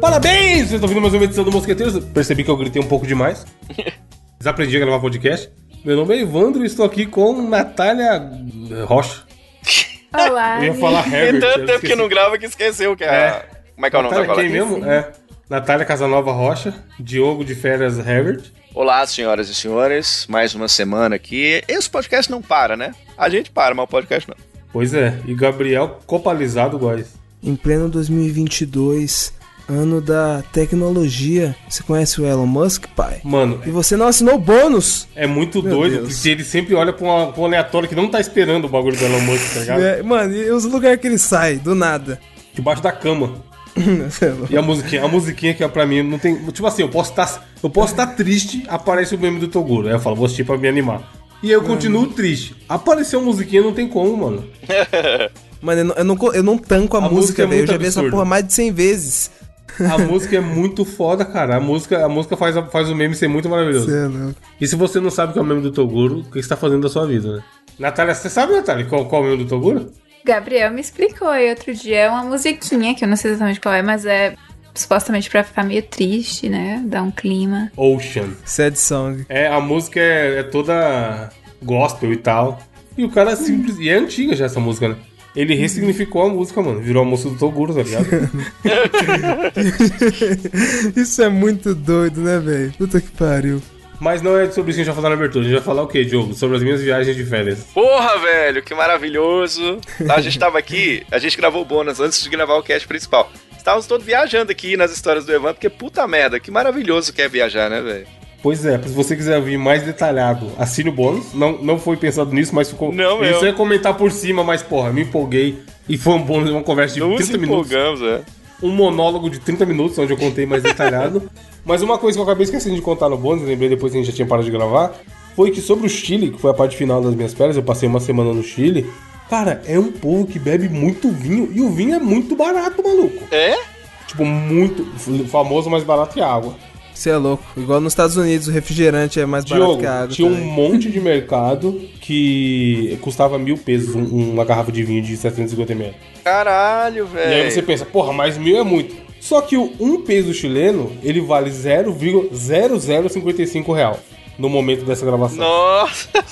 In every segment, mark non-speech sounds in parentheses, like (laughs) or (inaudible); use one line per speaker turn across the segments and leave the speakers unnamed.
Parabéns! Vocês estão ouvindo mais uma edição do Mosqueteiros. Percebi que eu gritei um
(laughs)
pouco demais. Desaprendi a gravar podcast. Meu nome é Evandro e estou aqui com Natália Rocha.
Olá.
Eu ia falar
Tem
Herbert.
tanto
É, eu
tempo que
esqueci.
não grava que esqueceu que
É.
é. Como é que é o nome
Natália,
agora?
quem mesmo? É. Natália Casanova Rocha, Diogo de Férias Herbert.
Olá, senhoras e senhores. Mais uma semana aqui. Esse podcast não para, né? A gente para, mas o podcast não.
Pois é, e Gabriel Copalizado Góes.
Em pleno 2022, ano da tecnologia. Você conhece o Elon Musk, pai?
Mano,
E você não assinou o bônus?
é muito
Meu
doido
Deus.
porque ele sempre olha pra, uma- pra um aleatório que não tá esperando o bagulho do Elon Musk, tá ligado?
É, mano, e os lugares que ele sai, do nada. (laughs)
Debaixo da cama. E a musiquinha, a musiquinha que é pra mim não tem. Tipo assim, eu posso estar. Eu posso estar triste, aparece o meme do Toguro. Aí eu falo, vou assistir pra me animar. E eu continuo triste. Apareceu a musiquinha, não tem como, mano.
Mano, eu não, eu não, co- eu não tanco a,
A música
música,
é
velho. Eu
muito
já vi essa
absurda.
porra mais de 100 vezes.
A música é muito foda, cara. A música, a música faz, a- faz o meme ser muito maravilhoso.
Cê é louco.
E se você não sabe qual é o meme do Toguro, o que você tá fazendo da sua vida, né? Natália, você sabe, Natália, qual, qual é o meme do Toguro?
Gabriel me explicou aí outro dia é uma musiquinha que eu não sei exatamente qual é, mas é supostamente pra ficar meio triste, né? Dar um clima.
Ocean.
Sad song.
É, a música é, é toda gospel e tal. E o cara simples. E é antiga já essa música, né? Ele ressignificou a música, mano. Virou a música do Toguro, tá ligado?
(laughs) Isso é muito doido, né, velho? Puta que pariu.
Mas não é sobre isso que a gente vai falar na abertura. A gente vai falar o quê, Diogo? Sobre as minhas viagens de férias.
Porra, velho, que maravilhoso. A gente tava aqui, a gente gravou o bônus antes de gravar o cast principal. Estávamos todos viajando aqui nas histórias do Evan, porque puta merda, que maravilhoso que é viajar, né, velho?
Pois é, se você quiser ouvir mais detalhado, assine o bônus. Não, não foi pensado nisso, mas ficou.
Não,
Isso
meu.
é comentar por cima, mas porra, me empolguei. E foi um bônus, uma conversa de
Nos
30 minutos.
empolgamos, né?
um monólogo de 30 minutos, onde eu contei
(laughs)
mais detalhado. Mas uma coisa que eu acabei esquecendo de contar no bônus, lembrei depois que a gente já tinha parado de gravar, foi que sobre o Chile, que foi a parte final das minhas férias, eu passei uma semana no Chile. Cara, é um povo que bebe muito vinho, e o vinho é muito barato, maluco.
É?
Tipo, muito f- famoso, mas barato que água.
Você é louco. Igual nos Estados Unidos, o refrigerante é mais barato
Diogo,
que a água.
tinha um
também.
monte de mercado que custava mil pesos um- uma garrafa de vinho de 750ml.
Caralho, velho.
E aí você pensa, porra, mas mil é muito. Só que o um peso chileno, ele vale 0,0055 real no momento dessa gravação.
Nossa. (laughs)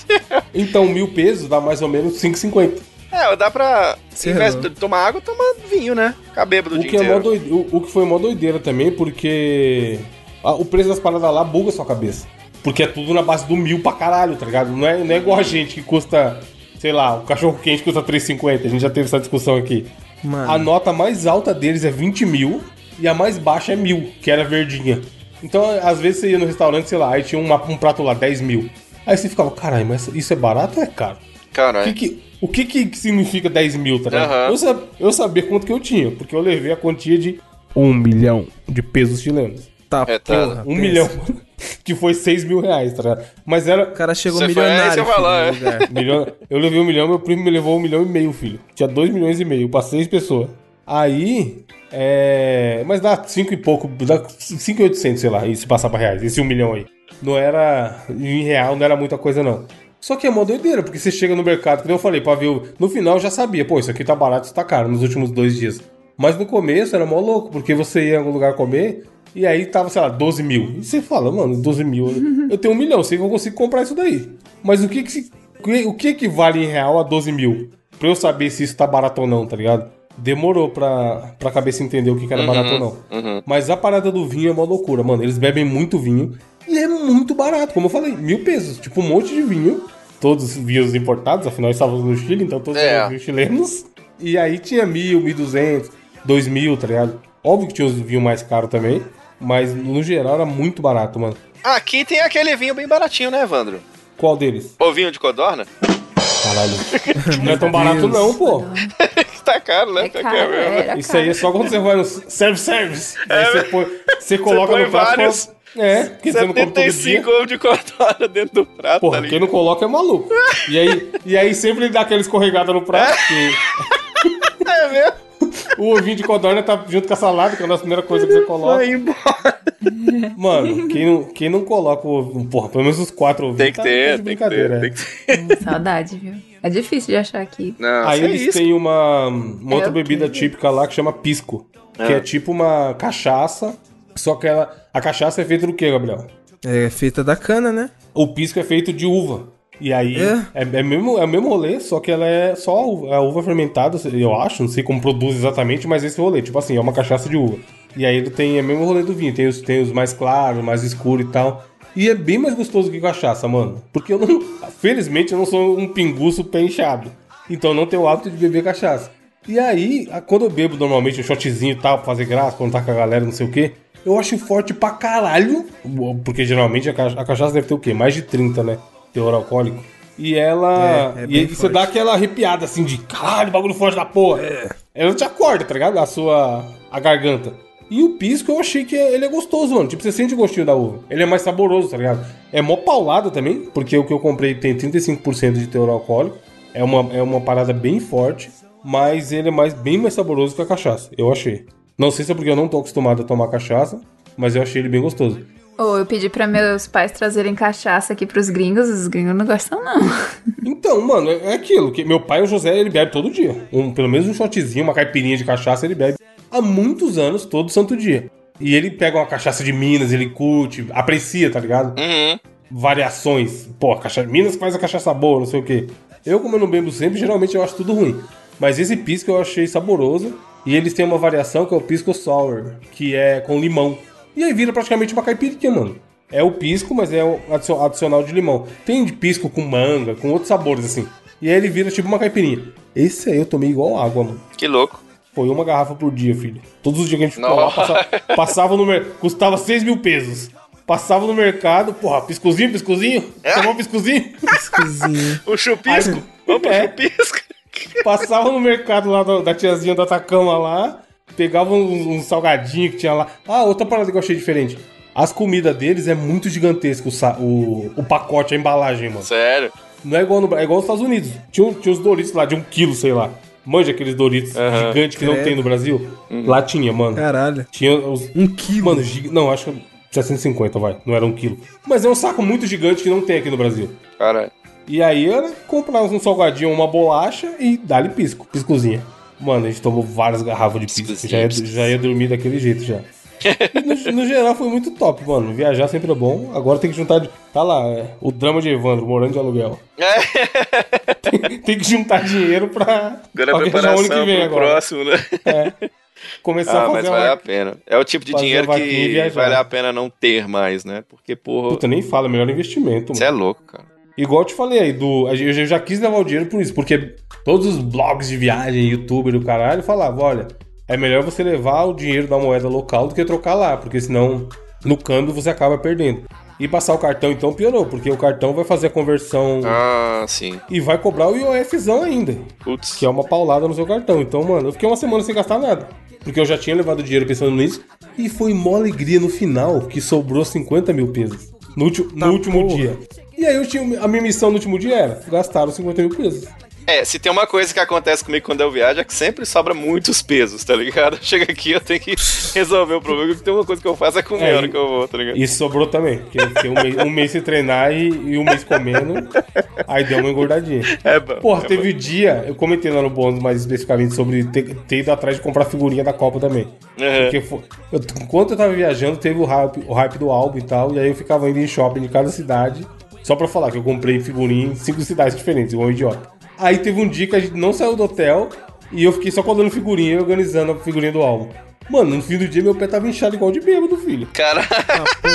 Então mil pesos dá mais ou menos 5,50.
É, dá pra.
Cê
em vez
é
de tomar água, tomar vinho, né? Ficar bêbado o
O
dia
que, é mó
inteiro.
doide... o, o que foi mó doideira também, porque a- o preço das paradas lá buga sua cabeça. Porque é tudo na base do mil pra caralho, tá ligado? Não é, não é igual a gente que custa, sei lá, o cachorro quente custa 3,50. A gente já teve essa discussão aqui. A
Mano,
nota mais alta deles é 20 mil e a mais baixa é mil, que era verdinha. Então, às vezes você ia no restaurante, sei lá, aí tinha uma- um prato lá, 10 mil. Aí você ficava, caralho, mas isso é barato ou é caro? O que
Caralho.
que, o que que significa 10 mil, tá ligado?
Aham.
Eu, sa- eu sabia quanto que eu tinha, porque eu levei a quantia de 1 milhão de pesos chilenos.
tá,
É, tá.
porra.
1
pensa.
milhão, (laughs) que foi 6 mil reais, tá ligado? Mas era...
O cara chegou
Você foi- é,
milionário.
isso eu ia
filho,
falar,
no lugar.
Milhão- eu levei um milhão, meu primo me levou um milhão e meio, filho. Tinha dois milhões e meio, pra seis pessoas. Aí, é... Mas dá cinco e pouco, dá cinco e oitocentos, sei lá, e se passar pra reais, esse um milhão aí. Não era... Em real não era muita coisa, não. Só que é mó doideira, porque você chega no mercado, que nem eu falei, pra ver o... No final eu já sabia, pô, isso aqui tá barato, isso tá caro, nos últimos dois dias. Mas no começo era mó louco, porque você ia em algum lugar comer... E aí tava, sei lá, 12 mil. E você fala, mano, 12 mil. Eu tenho um milhão, sei que eu consigo comprar isso daí. Mas o que que se que- o que que vale em real a 12 mil? Pra eu saber se isso tá barato ou não, tá ligado? Demorou pra, pra cabeça entender o que, que era barato ou não. Mas a parada do vinho é uma loucura, mano. Eles bebem muito vinho e é muito barato, como eu falei, mil pesos. Tipo, um monte de vinho. Todos os vinhos importados, afinal estávamos no Chile, então todos
É.
eram vinhos chilenos. E aí tinha mil, mil duzentos, dois mil, tá ligado? Óbvio que tinha os vinhos mais caros também, mas no geral era muito barato, mano.
Aqui tem aquele vinho bem baratinho, né, Evandro?
Qual deles?
Ou vinho de codorna? (laughs)
Caralho. Não é tão barato
Deus.
não, pô.
tá caro, né?
É
Tá
caro,
mesmo.
(laughs)
era
Isso
caro.
aí é só quando você vai no self-service. Aí você, põe- você coloca
É, põe
no prato.
vários.
e fala- É, porque você não come todo dia.
75 ovos de codorna dentro do prato, tá
Porra, quem
ligado?
não coloca é maluco. E aí, e aí sempre ele dá aquela escorregada no prato.
(laughs)
que-
É mesmo?
O ovinho de codorna tá junto com a salada, que é a nossa primeira coisa que você coloca.
Vai embora.
Mano, quem não, quem não coloca o ovinho, porra, pelo menos os quatro ovinhos.
Tem que
tá- tá de
ter, tem que
brincadeira,
ter,
é.
tem que ter.
tá Saudade, viu? É difícil de achar aqui.
Não,
Aí
é
eles
isso.
têm uma, uma
É
outra
o
bebida
quê?
típica lá que chama pisco. Que
Ah.
é tipo uma cachaça, só que ela. A cachaça é feita do quê, Gabriel?
É feita da cana, né?
O pisco é feito de uva. E aí
É?
é, é mesmo, é o mesmo rolê, só que ela é só a uva, é a uva fermentada, eu acho, não sei como produz exatamente, mas esse rolê, tipo assim, é uma cachaça de uva. E aí ele tem é o mesmo rolê do vinho, tem os, tem os mais claros, mais escuros e tal. E é bem mais gostoso que cachaça, mano. Porque eu não. Felizmente eu não sou um pinguço pé inchado. Então eu não tenho o hábito de beber cachaça. E aí, a- quando eu bebo normalmente um shotzinho e tal, pra fazer graça, quando tá com a galera, não sei o quê, eu acho forte pra caralho. Porque geralmente a ca- a cachaça deve ter o quê? Mais de 30, né? Teor alcoólico. E ela.
É, é
e
bem
aí você
forte.
dá aquela arrepiada assim de caralho, bagulho forte da porra. Ela te acorda, tá ligado? A sua. a garganta. E o pisco eu achei que é- ele é gostoso, mano. Tipo, você sente o gostinho da uva. Ele é mais saboroso, tá ligado? É mó paulada também, porque o que eu comprei tem 35% de teor alcoólico. É uma, é uma parada bem forte, mas ele é mais, bem mais saboroso que a cachaça, eu achei. Não sei se é porque eu não tô acostumado a tomar cachaça, mas eu achei ele bem gostoso.
Ou eu pedi pra meus pais trazerem cachaça aqui pros gringos, os gringos não gostam, não.
Então, mano, é é aquilo. que Meu pai, o José, ele bebe todo dia. Um, pelo menos um shotzinho, uma caipirinha de cachaça, ele bebe há muitos anos, todo santo dia. E ele pega uma cachaça de Minas, ele curte, aprecia, tá ligado?
Uhum.
Variações. Pô, cachaça, Minas faz a cachaça boa, não sei o quê. Eu, como eu não bebo sempre, geralmente eu acho tudo ruim. Mas esse pisco eu achei saboroso. E eles têm uma variação que é o pisco sour, que é com limão. E aí vira praticamente uma caipirinha, mano. É o pisco, mas é o adicion- adicional de limão. Tem de pisco com manga, com outros sabores, assim. E aí ele vira tipo uma caipirinha. Esse aí eu tomei igual água, mano.
Que louco.
Foi uma garrafa por dia, filho. Todos os dias que a gente ficou lá,
Nossa. (laughs)
passava, passava no mercado. Custava 6 mil pesos. Passava no mercado, porra, piscozinho, piscozinho.
É?
Tomou um
(laughs)
piscozinho.
Piscozinho.
O chupisco. Vamos pro
É.
chupisco. (laughs)
Passava no mercado lá da, da tiazinha da Atacama lá. Pegava um, um salgadinho que tinha lá. Ah, outra parada que eu achei diferente. As comidas deles é muito gigantesco o, sa- o, o pacote, a embalagem, mano.
Sério.
Não é igual, no, Bra- é igual nos Estados Unidos. Tinha, um- tinha os Doritos lá de um quilo, sei lá. Manja aqueles Doritos
Aham. Uhum.
gigantes que não
Credo.
tem no Brasil? Lá tinha, mano.
Caralho.
Tinha os.
Um quilo.
Mano, giga- não, acho que 750, vai. Não era um quilo. Mas é um saco muito gigante que não tem aqui no Brasil.
Caralho.
E aí era comprar um salgadinho, uma bolacha e dá-lhe pisco, piscozinha. Mano, a gente tomou várias garrafas de pisco.
Piscozinho,
Já ia,
piscozinho.
já ia dormir daquele
(laughs)
jeito já. E no, no geral foi muito top, mano. Viajar sempre é bom. Agora tem que juntar. de- Tá lá, é, o drama de Evandro, morando de aluguel. (laughs)
É.
tem que juntar dinheiro pra.
Agora
pra
a
viajar
preparação pro próximo, né?
Começar
Ah,
a É, fazer
mas
uma
vale a pena. É o tipo de
fazer
dinheiro
uma vaquinha e
que
viajar.
vale a pena não ter mais, né? Porque, porra,
Puta, nem fala, é melhor investimento.
você é louco, cara.
Igual eu te falei aí, do, eu já- eu já quis levar o dinheiro por isso, porque todos os blogs de viagem, youtuber e o caralho falavam, olha, é melhor você levar o dinheiro da moeda local do que trocar lá, porque senão no câmbio você acaba perdendo. E passar o cartão então piorou, porque o cartão vai fazer a conversão
Ah, sim.
e vai cobrar o IOFzão ainda,
Putz.
que é uma paulada no seu cartão. Então, mano, eu fiquei uma semana sem gastar nada, porque eu já tinha levado dinheiro pensando nisso, e foi mó alegria no final, que sobrou 50 mil pesos. No, ulti- no
Tá
último
porra.
dia. E aí eu tinha, a minha missão no último dia era gastar os 50 mil pesos.
É, se tem uma coisa que acontece comigo quando eu viajo é que sempre sobra muitos pesos, tá ligado? (laughs) Chega aqui, eu tenho que resolver o problema, porque tem uma coisa que eu faço é comer
É,
a hora
e-
que eu vou, tá ligado?
E sobrou também, porque eu fiquei um mês, um mês sem treinar e, e um mês comendo, aí deu uma engordadinha.
É bom.
Porra,
é
teve o dia, eu comentei lá no bônus mais especificamente sobre ter, ter ido atrás de comprar figurinha da Copa também.
bom. Uhum.
Porque fo- eu, enquanto eu tava viajando, teve o hype, o hype do álbum e tal, e aí eu ficava indo em shopping de cada cidade, só pra falar que eu comprei figurinha em cinco cidades diferentes, igual um idiota. Aí teve um dia que a gente não saiu do hotel e eu fiquei só colando figurinha e organizando a figurinha do álbum. Mano, no fim do dia meu pé tava inchado igual de bêbado, filho.
(laughs)
(laughs)
Caralho.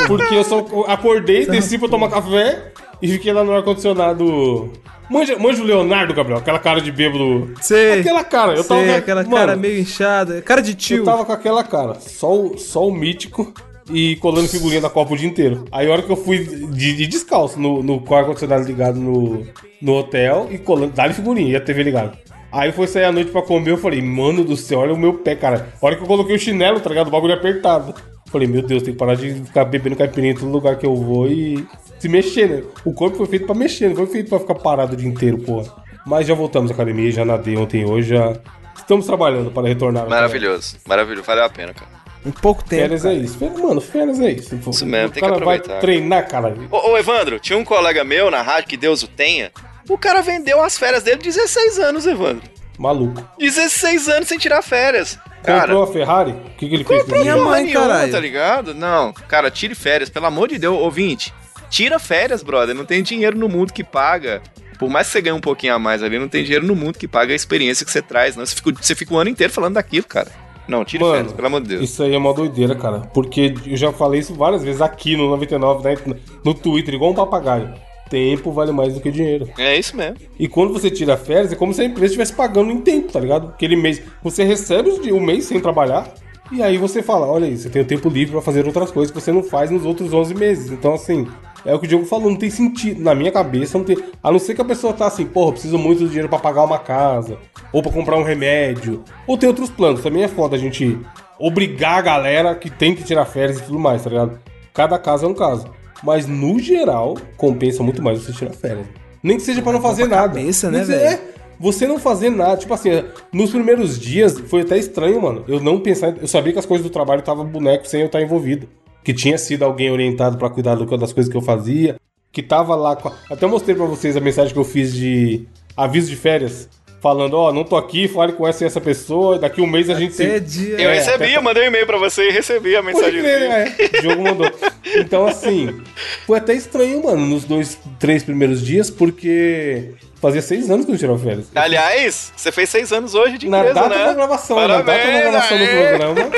Porque eu só acordei, desci pra tomar café e fiquei lá no ar-condicionado. Manja, manja o Leonardo, Gabriel, aquela cara de bêbado.
Sei.
Aquela cara, eu tava.
Sei, é aquela
Mano,
cara meio inchada. Cara de tio.
eu tava com aquela cara, só o, só o mítico e colando figurinha da Copa o dia inteiro. Aí a hora que eu fui de, de descalço no, no com o ar-condicionado ligado no, no hotel e colando, dá-lhe figurinha e a TV ligada. Aí foi sair à noite pra comer, eu falei, mano do céu, olha o meu pé, cara. A hora que eu coloquei o chinelo, tá ligado? O bagulho apertado. Falei, meu Deus, tem que parar de ficar bebendo caipirinha em todo lugar que eu vou e se mexer, né? O corpo foi feito pra mexer, não foi feito pra ficar parado o dia inteiro, porra. Mas já voltamos à academia, já nadei ontem e hoje, já Estamos trabalhando para retornar. ao
Maravilhoso, maravilhoso, valeu a pena, cara.
Em Um pouco tempo.
Férias é
cara.
isso. Férias, mano, férias é isso.
Isso mesmo, tem
o cara
que
vai
aproveitar.
treinar, cara.
Ô, ô, Evandro, tinha um colega meu na rádio, que Deus o tenha, o cara vendeu as férias dele 16 anos, Evandro.
Maluco.
16 anos sem tirar férias. Cara,
Comprou a Ferrari? O que, que ele fez? com
Comprou
o dinheiro?
Minha
porra
mãe,
nenhuma,
caralho.
tá ligado? Não, cara, tire férias, pelo amor de Deus, ouvinte. Tira férias, brother. Não tem dinheiro no mundo que paga. Por mais que você ganhe um pouquinho a mais ali, não tem dinheiro no mundo que paga a experiência que você traz, não. Você fica, você fica o ano inteiro falando daquilo, cara. Não, tire
Mano,
férias, pelo amor de Deus.
Isso aí é uma doideira, cara. Porque eu já falei isso várias vezes aqui no 99, né, no Twitter, igual um papagaio. Tempo vale mais do que dinheiro.
É isso mesmo.
E quando você tira férias, é como se a empresa estivesse pagando em tempo, tá ligado? Aquele mês. Você recebe o dia- o mês sem trabalhar. E aí você fala, olha aí, você tem o tempo livre pra fazer outras coisas que você não faz nos outros 11 meses. Então, assim, é o que o Diogo falou, não tem sentido. Na minha cabeça, não tem... A não ser que a pessoa tá assim, porra, eu preciso muito do dinheiro pra pagar uma casa, ou pra comprar um remédio, ou tem outros planos. Também é foda a gente obrigar a galera que tem que tirar férias e tudo mais, tá ligado? Cada caso é um caso. Mas, no geral, compensa muito mais você tirar férias. Nem que seja pra não fazer nada.
cabeça,
Nem
né,
que se-
velho?
é, você não fazer nada, tipo assim, nos primeiros dias foi até estranho, mano. Eu não pensar, eu sabia que as coisas do trabalho tava boneco sem eu estar envolvido, que tinha sido alguém orientado pra cuidar do- das coisas que eu fazia, que tava lá, com a- até mostrei pra vocês a mensagem que eu fiz de aviso de férias, falando, ó, não tô aqui, fale com essa e essa pessoa, daqui um mês a gente
Até
se
dia.
Eu
É,
recebi,
até-
eu mandei um e-mail pra você e recebi a
Pode
mensagem.
crer, né? É, O jogo mandou. Então, assim, foi até estranho, mano, nos dois, três primeiros dias, porque fazia seis anos que eu não tirava férias.
Aliás, você fez seis anos hoje Tá de
Na
empresa,
data
né?
da gravação, na data da
Parabéns,
gravação do
aê!
programa,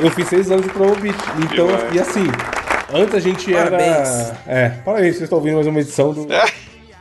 eu fiz seis anos de Promobit. Então,
Demais.
e assim, antes a gente
Parabéns.
era. É, parabéns, vocês estão ouvindo mais uma edição do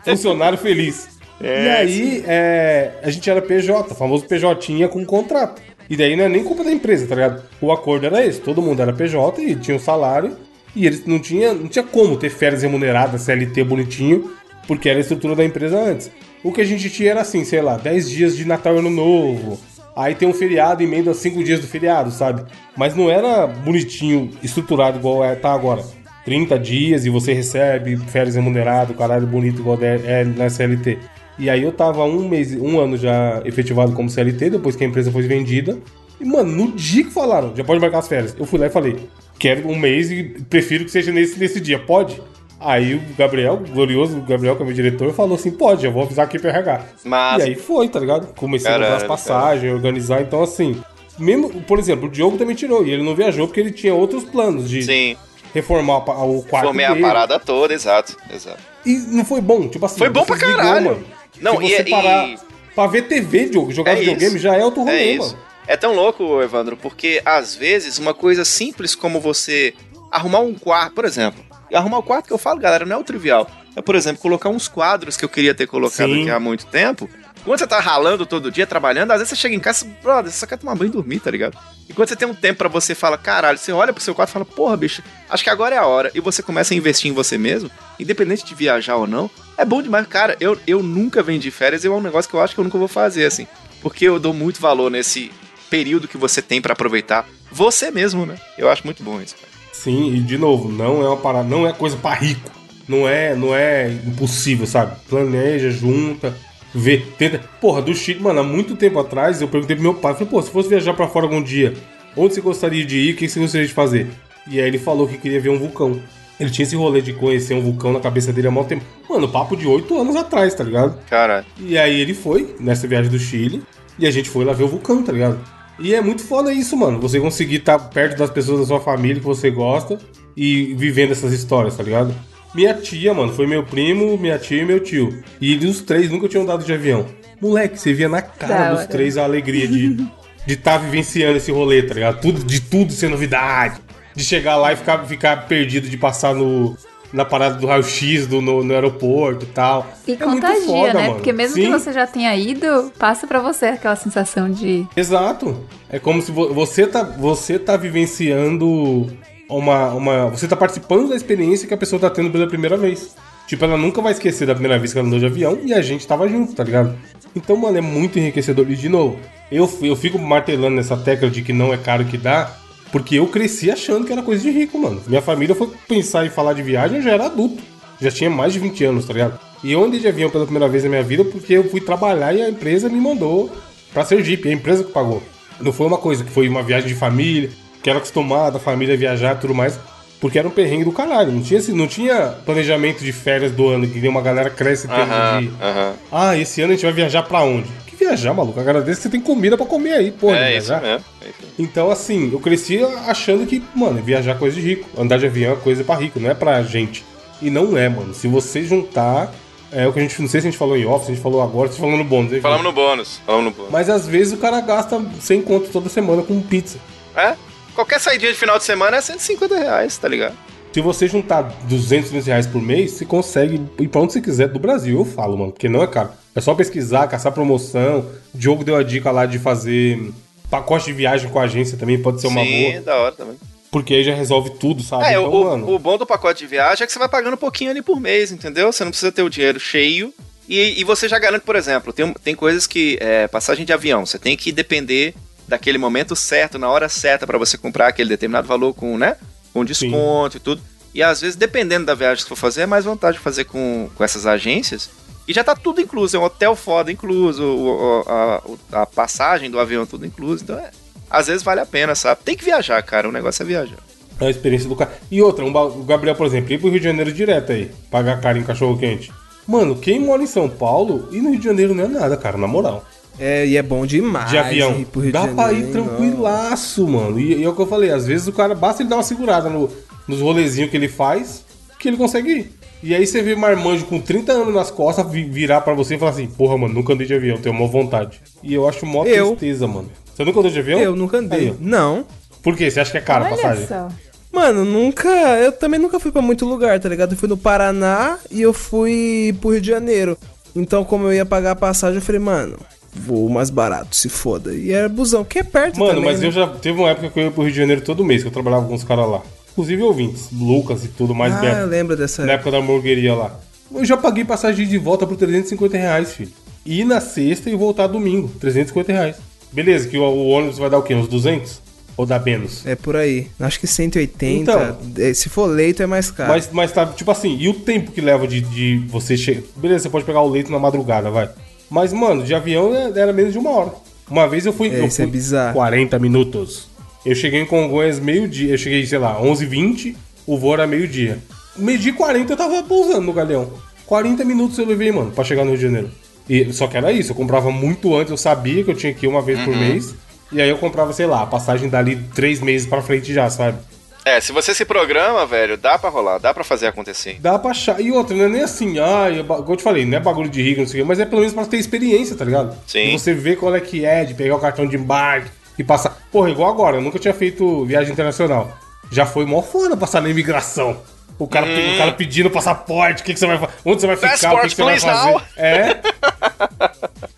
Funcionário Feliz.
É,
e aí, é, a gente era PJ, famoso PJ tinha com contrato. E daí não é nem culpa da empresa, tá ligado? O acordo era esse, todo mundo era PJ e tinha um salário, e eles não tinha, não tinha como ter férias remuneradas, CLT bonitinho, porque era a estrutura da empresa antes. O que a gente tinha era assim, sei lá, 10 dias de Natal e Ano Novo. Aí tem um feriado, emenda cinco dias do feriado, sabe? Mas não era bonitinho, estruturado igual é, tá agora. 30 dias e você recebe férias remunerado, caralho bonito igual de- é na CLT. E aí eu tava um mês, um ano já efetivado como CLT, depois que a empresa foi vendida. E, mano, no dia que falaram, já pode marcar as férias. Eu fui lá e falei, quero um mês e prefiro que seja nesse, nesse dia, pode? Aí o Gabriel, glorioso Gabriel, que é meu diretor, falou assim, pode, eu vou avisar aqui pro RH.
(laughs) Mas-
E aí foi, tá ligado? Comecei a comprar as
Caralho,
passagens, organizar, então assim... Mesmo, por exemplo, o Diogo também tirou, e ele não viajou porque ele tinha outros planos de
Sim,
reformar a pa- o quarto
formei a
dele.
parada toda, exato, exato.
E não foi bom, tipo assim.
Foi bom pra
você desligou,
caralho.
mano.
Não,
Se
e-
você
e-
parar pra ver TV, Diogo, jogar
É
videogame
isso.
já é outro rolê,
É isso.
mano.
É tão louco, Evandro, porque às vezes uma coisa simples como você arrumar um quarto, por exemplo. Arrumar o quarto que eu falo, galera, não é o trivial. É, por exemplo, colocar uns quadros que eu queria ter colocado
Sim.
aqui há muito tempo. Quando você tá ralando todo dia, trabalhando, às vezes você chega em casa, brother, você só quer tomar banho e dormir, tá ligado? E quando você tem um tempo pra você fala, caralho, você olha pro seu quarto e fala, porra, bicho, acho que agora é a hora. E você começa a investir em você mesmo, independente de viajar ou não, é bom demais. Cara, eu, eu nunca vendi férias e é um negócio que eu acho que eu nunca vou fazer, assim. Porque eu dou muito valor nesse período que você tem pra aproveitar você mesmo, né? Eu acho muito bom isso, cara.
Sim, e de novo, não é uma parada, não é coisa pra rico. Não é, não é impossível, sabe? Planeja, junta, vê, tenta. Porra, do Chile, mano, há muito tempo atrás eu perguntei pro meu pai, falei, pô, se fosse viajar pra fora algum dia, onde você gostaria de ir, o que você gostaria de fazer? E aí ele falou que queria ver um vulcão. Ele tinha esse rolê de conhecer um vulcão na cabeça dele há muito tempo. Mano, papo de oito anos atrás, tá ligado?
Cara,
E aí ele foi nessa viagem do Chile e a gente foi lá ver o vulcão, tá ligado? E é muito foda isso, mano. Você conseguir estar perto das pessoas da sua família que você gosta e vivendo essas histórias, tá ligado? Minha tia, mano, foi meu primo, minha tia e meu tio. E eles, os três nunca tinham dado de avião. Moleque, você via na cara
Da
dos
hora.
três a alegria
(laughs)
de de estar vivenciando esse rolê, tá ligado? Tudo, de tudo ser novidade. De chegar lá e ficar, ficar perdido, de passar no, na parada do raio-x do, no, no aeroporto e tal.
E
É muito
contagia,
foda,
né?
mano.
Porque mesmo que
Sim.
você já tenha ido, passa pra você aquela sensação de.
Exato. É como se vo- você tá, você tá vivenciando uma, uma. Você tá participando da experiência que a pessoa tá tendo pela primeira vez. Tipo, ela nunca vai esquecer da primeira vez que ela andou de avião e a gente tava junto, tá ligado? Então, mano, é muito enriquecedor. E de novo, eu, f- eu fico martelando nessa tecla de que não é caro que dá, porque eu cresci achando que era coisa de rico, mano. Minha família foi pensar em falar de viagem, eu já era adulto. Já tinha mais de 20 anos, tá ligado? E eu andei de avião pela primeira vez na minha vida porque eu fui trabalhar e a empresa me mandou pra Sergipe, a empresa que pagou. Não foi uma coisa que foi uma viagem de família, que era acostumada, a família viajar e tudo mais, porque era um perrengue do caralho. Não tinha, esse- não tinha planejamento de férias do ano, que nem uma galera cresce e tem
Aham,
de.
aham.
Ah, esse ano a gente vai viajar pra onde? Que viajar, maluco? Agradeço que você tem comida pra comer aí, porra.
É
de
isso
viajar.
mesmo. é isso mesmo.
Então, assim, eu cresci achando que, mano, viajar é coisa de rico. Andar de avião é coisa pra rico, não é pra gente. E não é, mano. Se você juntar. É o que a gente. Não sei se a gente falou em office, se a gente falou agora, se a gente falou no bônus. enfim.
Falamos no bônus. Falamos no bônus.
Mas às vezes o cara gasta 100 conto toda semana com pizza.
É? Qualquer saidinha de final de semana é 150 reais, tá ligado?
Se você juntar 200, 300 reais por mês, você consegue ir pra onde você quiser do Brasil, eu falo, mano, porque não é caro. É só pesquisar, caçar promoção. O Diogo deu a dica lá de fazer pacote de viagem com a agência também, pode ser é uma
Sim,
boa.
da hora também.
Porque aí já resolve tudo, sabe?
é,
Então,
o,
mano,
o bom do pacote de viagem é que você vai pagando um pouquinho ali por mês, entendeu? Você não precisa ter o dinheiro cheio. E, e você já garante, por exemplo, tem, tem coisas que. É, passagem de avião, você tem que depender daquele momento certo, na hora certa, pra você comprar aquele determinado valor com, né? Com desconto e tudo. E às vezes, dependendo da viagem que você for fazer, é mais vantagem fazer com, com essas agências. E já tá tudo incluso, é um hotel foda incluso, o- o- a, o- a passagem do avião tudo incluso. Então, é, às vezes vale a pena, sabe? Tem que viajar, cara. O negócio é viajar.
É a experiência do cara. E outra, um ba- o Gabriel, por exemplo, ir pro Rio de Janeiro direto aí, pagar caro em cachorro quente. Mano, quem mora em São Paulo e no Rio de Janeiro não é nada, cara, na moral.
É, e é bom demais.
De avião.
ir pro Rio de
Dá pra
Janeiro,
ir
hein,
tranquilaço, mano. E, e é o que eu falei, às vezes o cara basta ele dar uma segurada no- nos rolezinhos que ele faz, que ele consegue ir. E aí você vê marmanjo com 30 anos nas costas vi- virar pra você e falar assim, porra, mano, nunca andei de avião, tenho mó vontade. E eu acho mó
Eu.
tristeza, mano. Você nunca andou de avião?
não. Eu nunca andei.
Aí, ó.
não.
Por quê? Você acha que é caro a
Olha
passagem?
só.
Mano, nunca. Eu também nunca fui pra muito lugar, tá ligado? Eu fui no Paraná e eu fui pro Rio de Janeiro. Então, como eu ia pagar a passagem, eu falei, mano, vou mais barato, se foda. E era busão, que é perto
Mano,
também,
mas
né?
eu já teve uma época que eu ia pro Rio de Janeiro todo mês, que eu trabalhava com os caras lá. Inclusive ouvintes, Lucas e tudo mais, é
Ah, eu
Beto,
lembro dessa.
na época da hamburgueria lá. Eu já paguei passagem de volta por 350 reais, filho. E ir na sexta e voltar domingo, 350 reais. Beleza, que o, o ônibus vai dar o quê? Uns 200? Ou dá menos?
É por aí. Acho que 180.
Então.
é, se for leito, é mais caro.
Mas, mas tá, tipo assim, e o tempo que leva de, de você chegar? Beleza, você pode pegar o leito na madrugada, vai. Mas, mano, de avião é- era menos de uma hora. Uma vez eu fui.
É,
eu
isso é
fui
bizarro.
40 minutos. Eu cheguei em Congonhas meio-dia. Eu cheguei, sei lá, 11h20. O voo era meio-dia. Meio-dia e 40 eu tava pousando no galeão. 40 minutos eu levei, mano, pra chegar no Rio de Janeiro. E, só que era isso. Eu comprava muito antes. Eu sabia que eu tinha que ir uma vez por mês. E aí eu comprava, sei lá, a passagem dali três meses pra frente já, sabe?
É, se você se programa, velho, dá pra rolar, dá pra fazer acontecer.
Dá pra achar. E outra, não é nem assim, ah, eu, ba- como eu te falei, não é bagulho de rico, não sei o quê, mas é pelo menos pra ter experiência, tá ligado?
Sim.
De você ver qual é que é, de pegar o cartão de embarque e passar. Porra, igual agora, eu nunca tinha feito viagem internacional. Já foi mó foda passar na imigração. O cara, pe- o cara pedindo passaporte, o que, que você vai fazer? Onde você vai ficar? o que, que você
Hum. Passport,
vai
please,
fazer? É.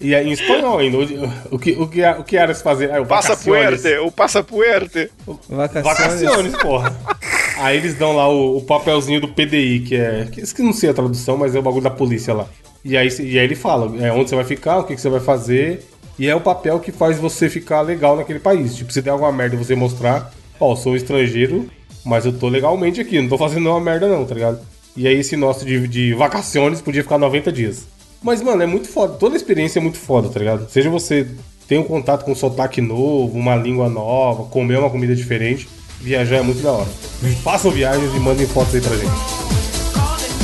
E aí, em espanhol ainda, o que, o que, o que era se fazer? Ah, o
Passa
vacaciones.
puerte, o passa puerte.
Vacaciones.
Vacaciones, porra. Aí eles dão lá o, o papelzinho do PDI, que é. Que, isso que eu não sei a tradução, mas é o bagulho da polícia lá. E aí, cê- e aí ele fala é, onde você vai ficar, o que, que você vai fazer. E é o papel que faz você ficar legal naquele país. Tipo, se der alguma merda e você mostrar, ó, eu sou um estrangeiro, mas eu tô legalmente aqui, não tô fazendo nenhuma merda, não, tá ligado? E aí esse nosso de, de vacaciones podia ficar 90 dias. Mas, mano, é muito foda. Toda experiência é muito foda, tá ligado? Seja você ter um contato com um sotaque novo, uma língua nova, comer uma comida diferente, viajar é muito da hora. Façam viagens e mandem fotos aí pra gente.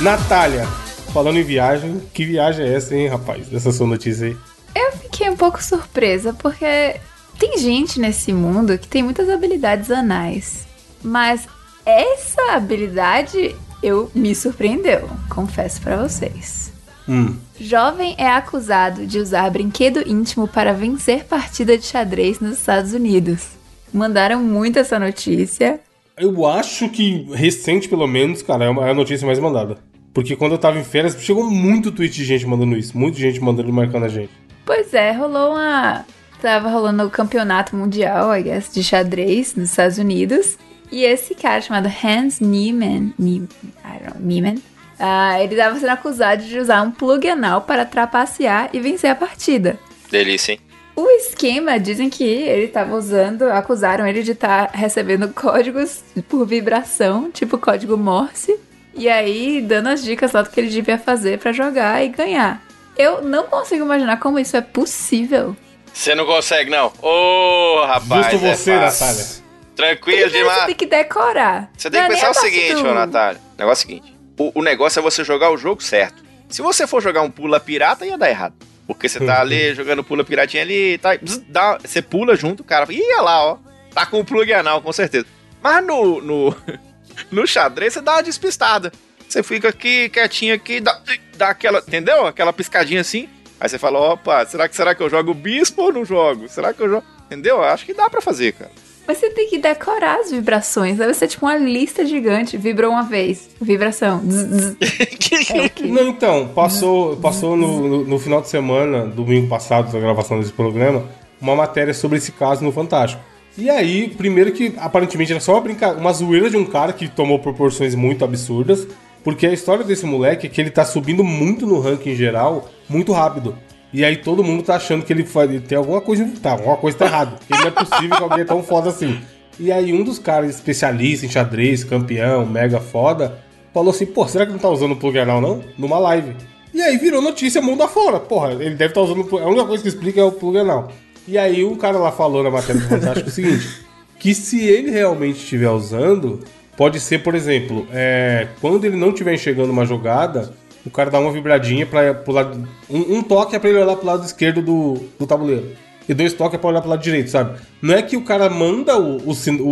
Natália, falando em viagem, que viagem é essa, hein, rapaz? Essa sua notícia aí.
Eu fiquei um pouco surpresa, porque tem gente nesse mundo que tem muitas habilidades anais. Mas essa habilidade eu me surpreendeu, confesso pra vocês.
Hum.
Jovem é acusado de usar brinquedo íntimo para vencer partida de xadrez nos Estados Unidos. Mandaram muito essa notícia.
Eu acho que recente, pelo menos, cara, é uma- é a notícia mais mandada. Porque quando eu tava em férias, chegou muito tweet de gente mandando isso. Muita gente mandando e marcando a gente.
Pois é, rolou uma. Tava rolando o campeonato mundial, I guess, de xadrez nos Estados Unidos. E esse cara chamado Hans Niemann. Niemann I don't know, Niemann. ah, ele tava sendo acusado de usar um plug anal para trapacear e vencer a partida.
Delícia, hein?
O esquema, dizem que ele tava usando, acusaram ele de estar recebendo códigos por vibração, tipo código Morse, e aí dando as dicas lá do que ele devia fazer pra jogar e ganhar. Eu não consigo imaginar como isso é possível.
Você não consegue, não. Ô, rapaz.
Justo
é
você,
fácil.
Natália.
Tranquilo
Primeiro Você
demais.
tem que decorar.
Você tem
Não
que
é nem
pensar
a
o
parte
seguinte,
do-
ô Natália.
O negócio é o seguinte: o, o negócio é você jogar o jogo certo. Se você for jogar um pula pirata, ia dar errado. Porque você tá ali jogando pula piratinha ali e tá, bzz, dá- Você pula junto, o cara fala, Ih, olha lá, ó. Tá com o plug anal, com certeza. Mas no, no, (laughs) no xadrez você dá uma despistada. Você fica aqui, quietinho aqui, dá, dá aquela, entendeu? Aquela piscadinha assim. Aí você fala, opa, será que, será que eu jogo bispo ou não jogo? Será que eu jogo... Entendeu? Acho que dá pra fazer, cara.
Mas você tem que decorar as vibrações. Deve ser tipo uma lista gigante. Vibrou uma vez. Vibração. Zzz, zzz. É o quê?
Não, então, passou, passou no, no- no final de semana, domingo passado, da gravação desse programa, uma matéria sobre esse caso no Fantástico. E aí, primeiro que aparentemente era só uma, brinca... uma zoeira de um cara que tomou proporções muito absurdas, porque a história desse moleque é que ele tá subindo muito no ranking geral, muito rápido. E aí todo mundo tá achando que ele fa- ele tem alguma coisa. Tá, alguma coisa tá errada. Porque não é possível que alguém é tão foda assim. E aí um dos caras especialista em xadrez, campeão, mega foda, falou assim, pô, será que não tá usando o plug anal, não? Numa live. E aí virou notícia mundo afora. Porra, ele deve estar usando o plug... A única coisa que explica é o plug anal. E aí um cara lá falou na matéria do Fantástico o seguinte, que se ele realmente estiver usando, pode ser, por exemplo, é, quando ele não estiver enxergando uma jogada, o cara dá uma vibradinha para pro lado... Um, um toque é pra ele olhar pro lado esquerdo do, do tabuleiro. E dois toques é pra olhar pro lado direito, sabe? Não é que o cara manda o, o, sin- o-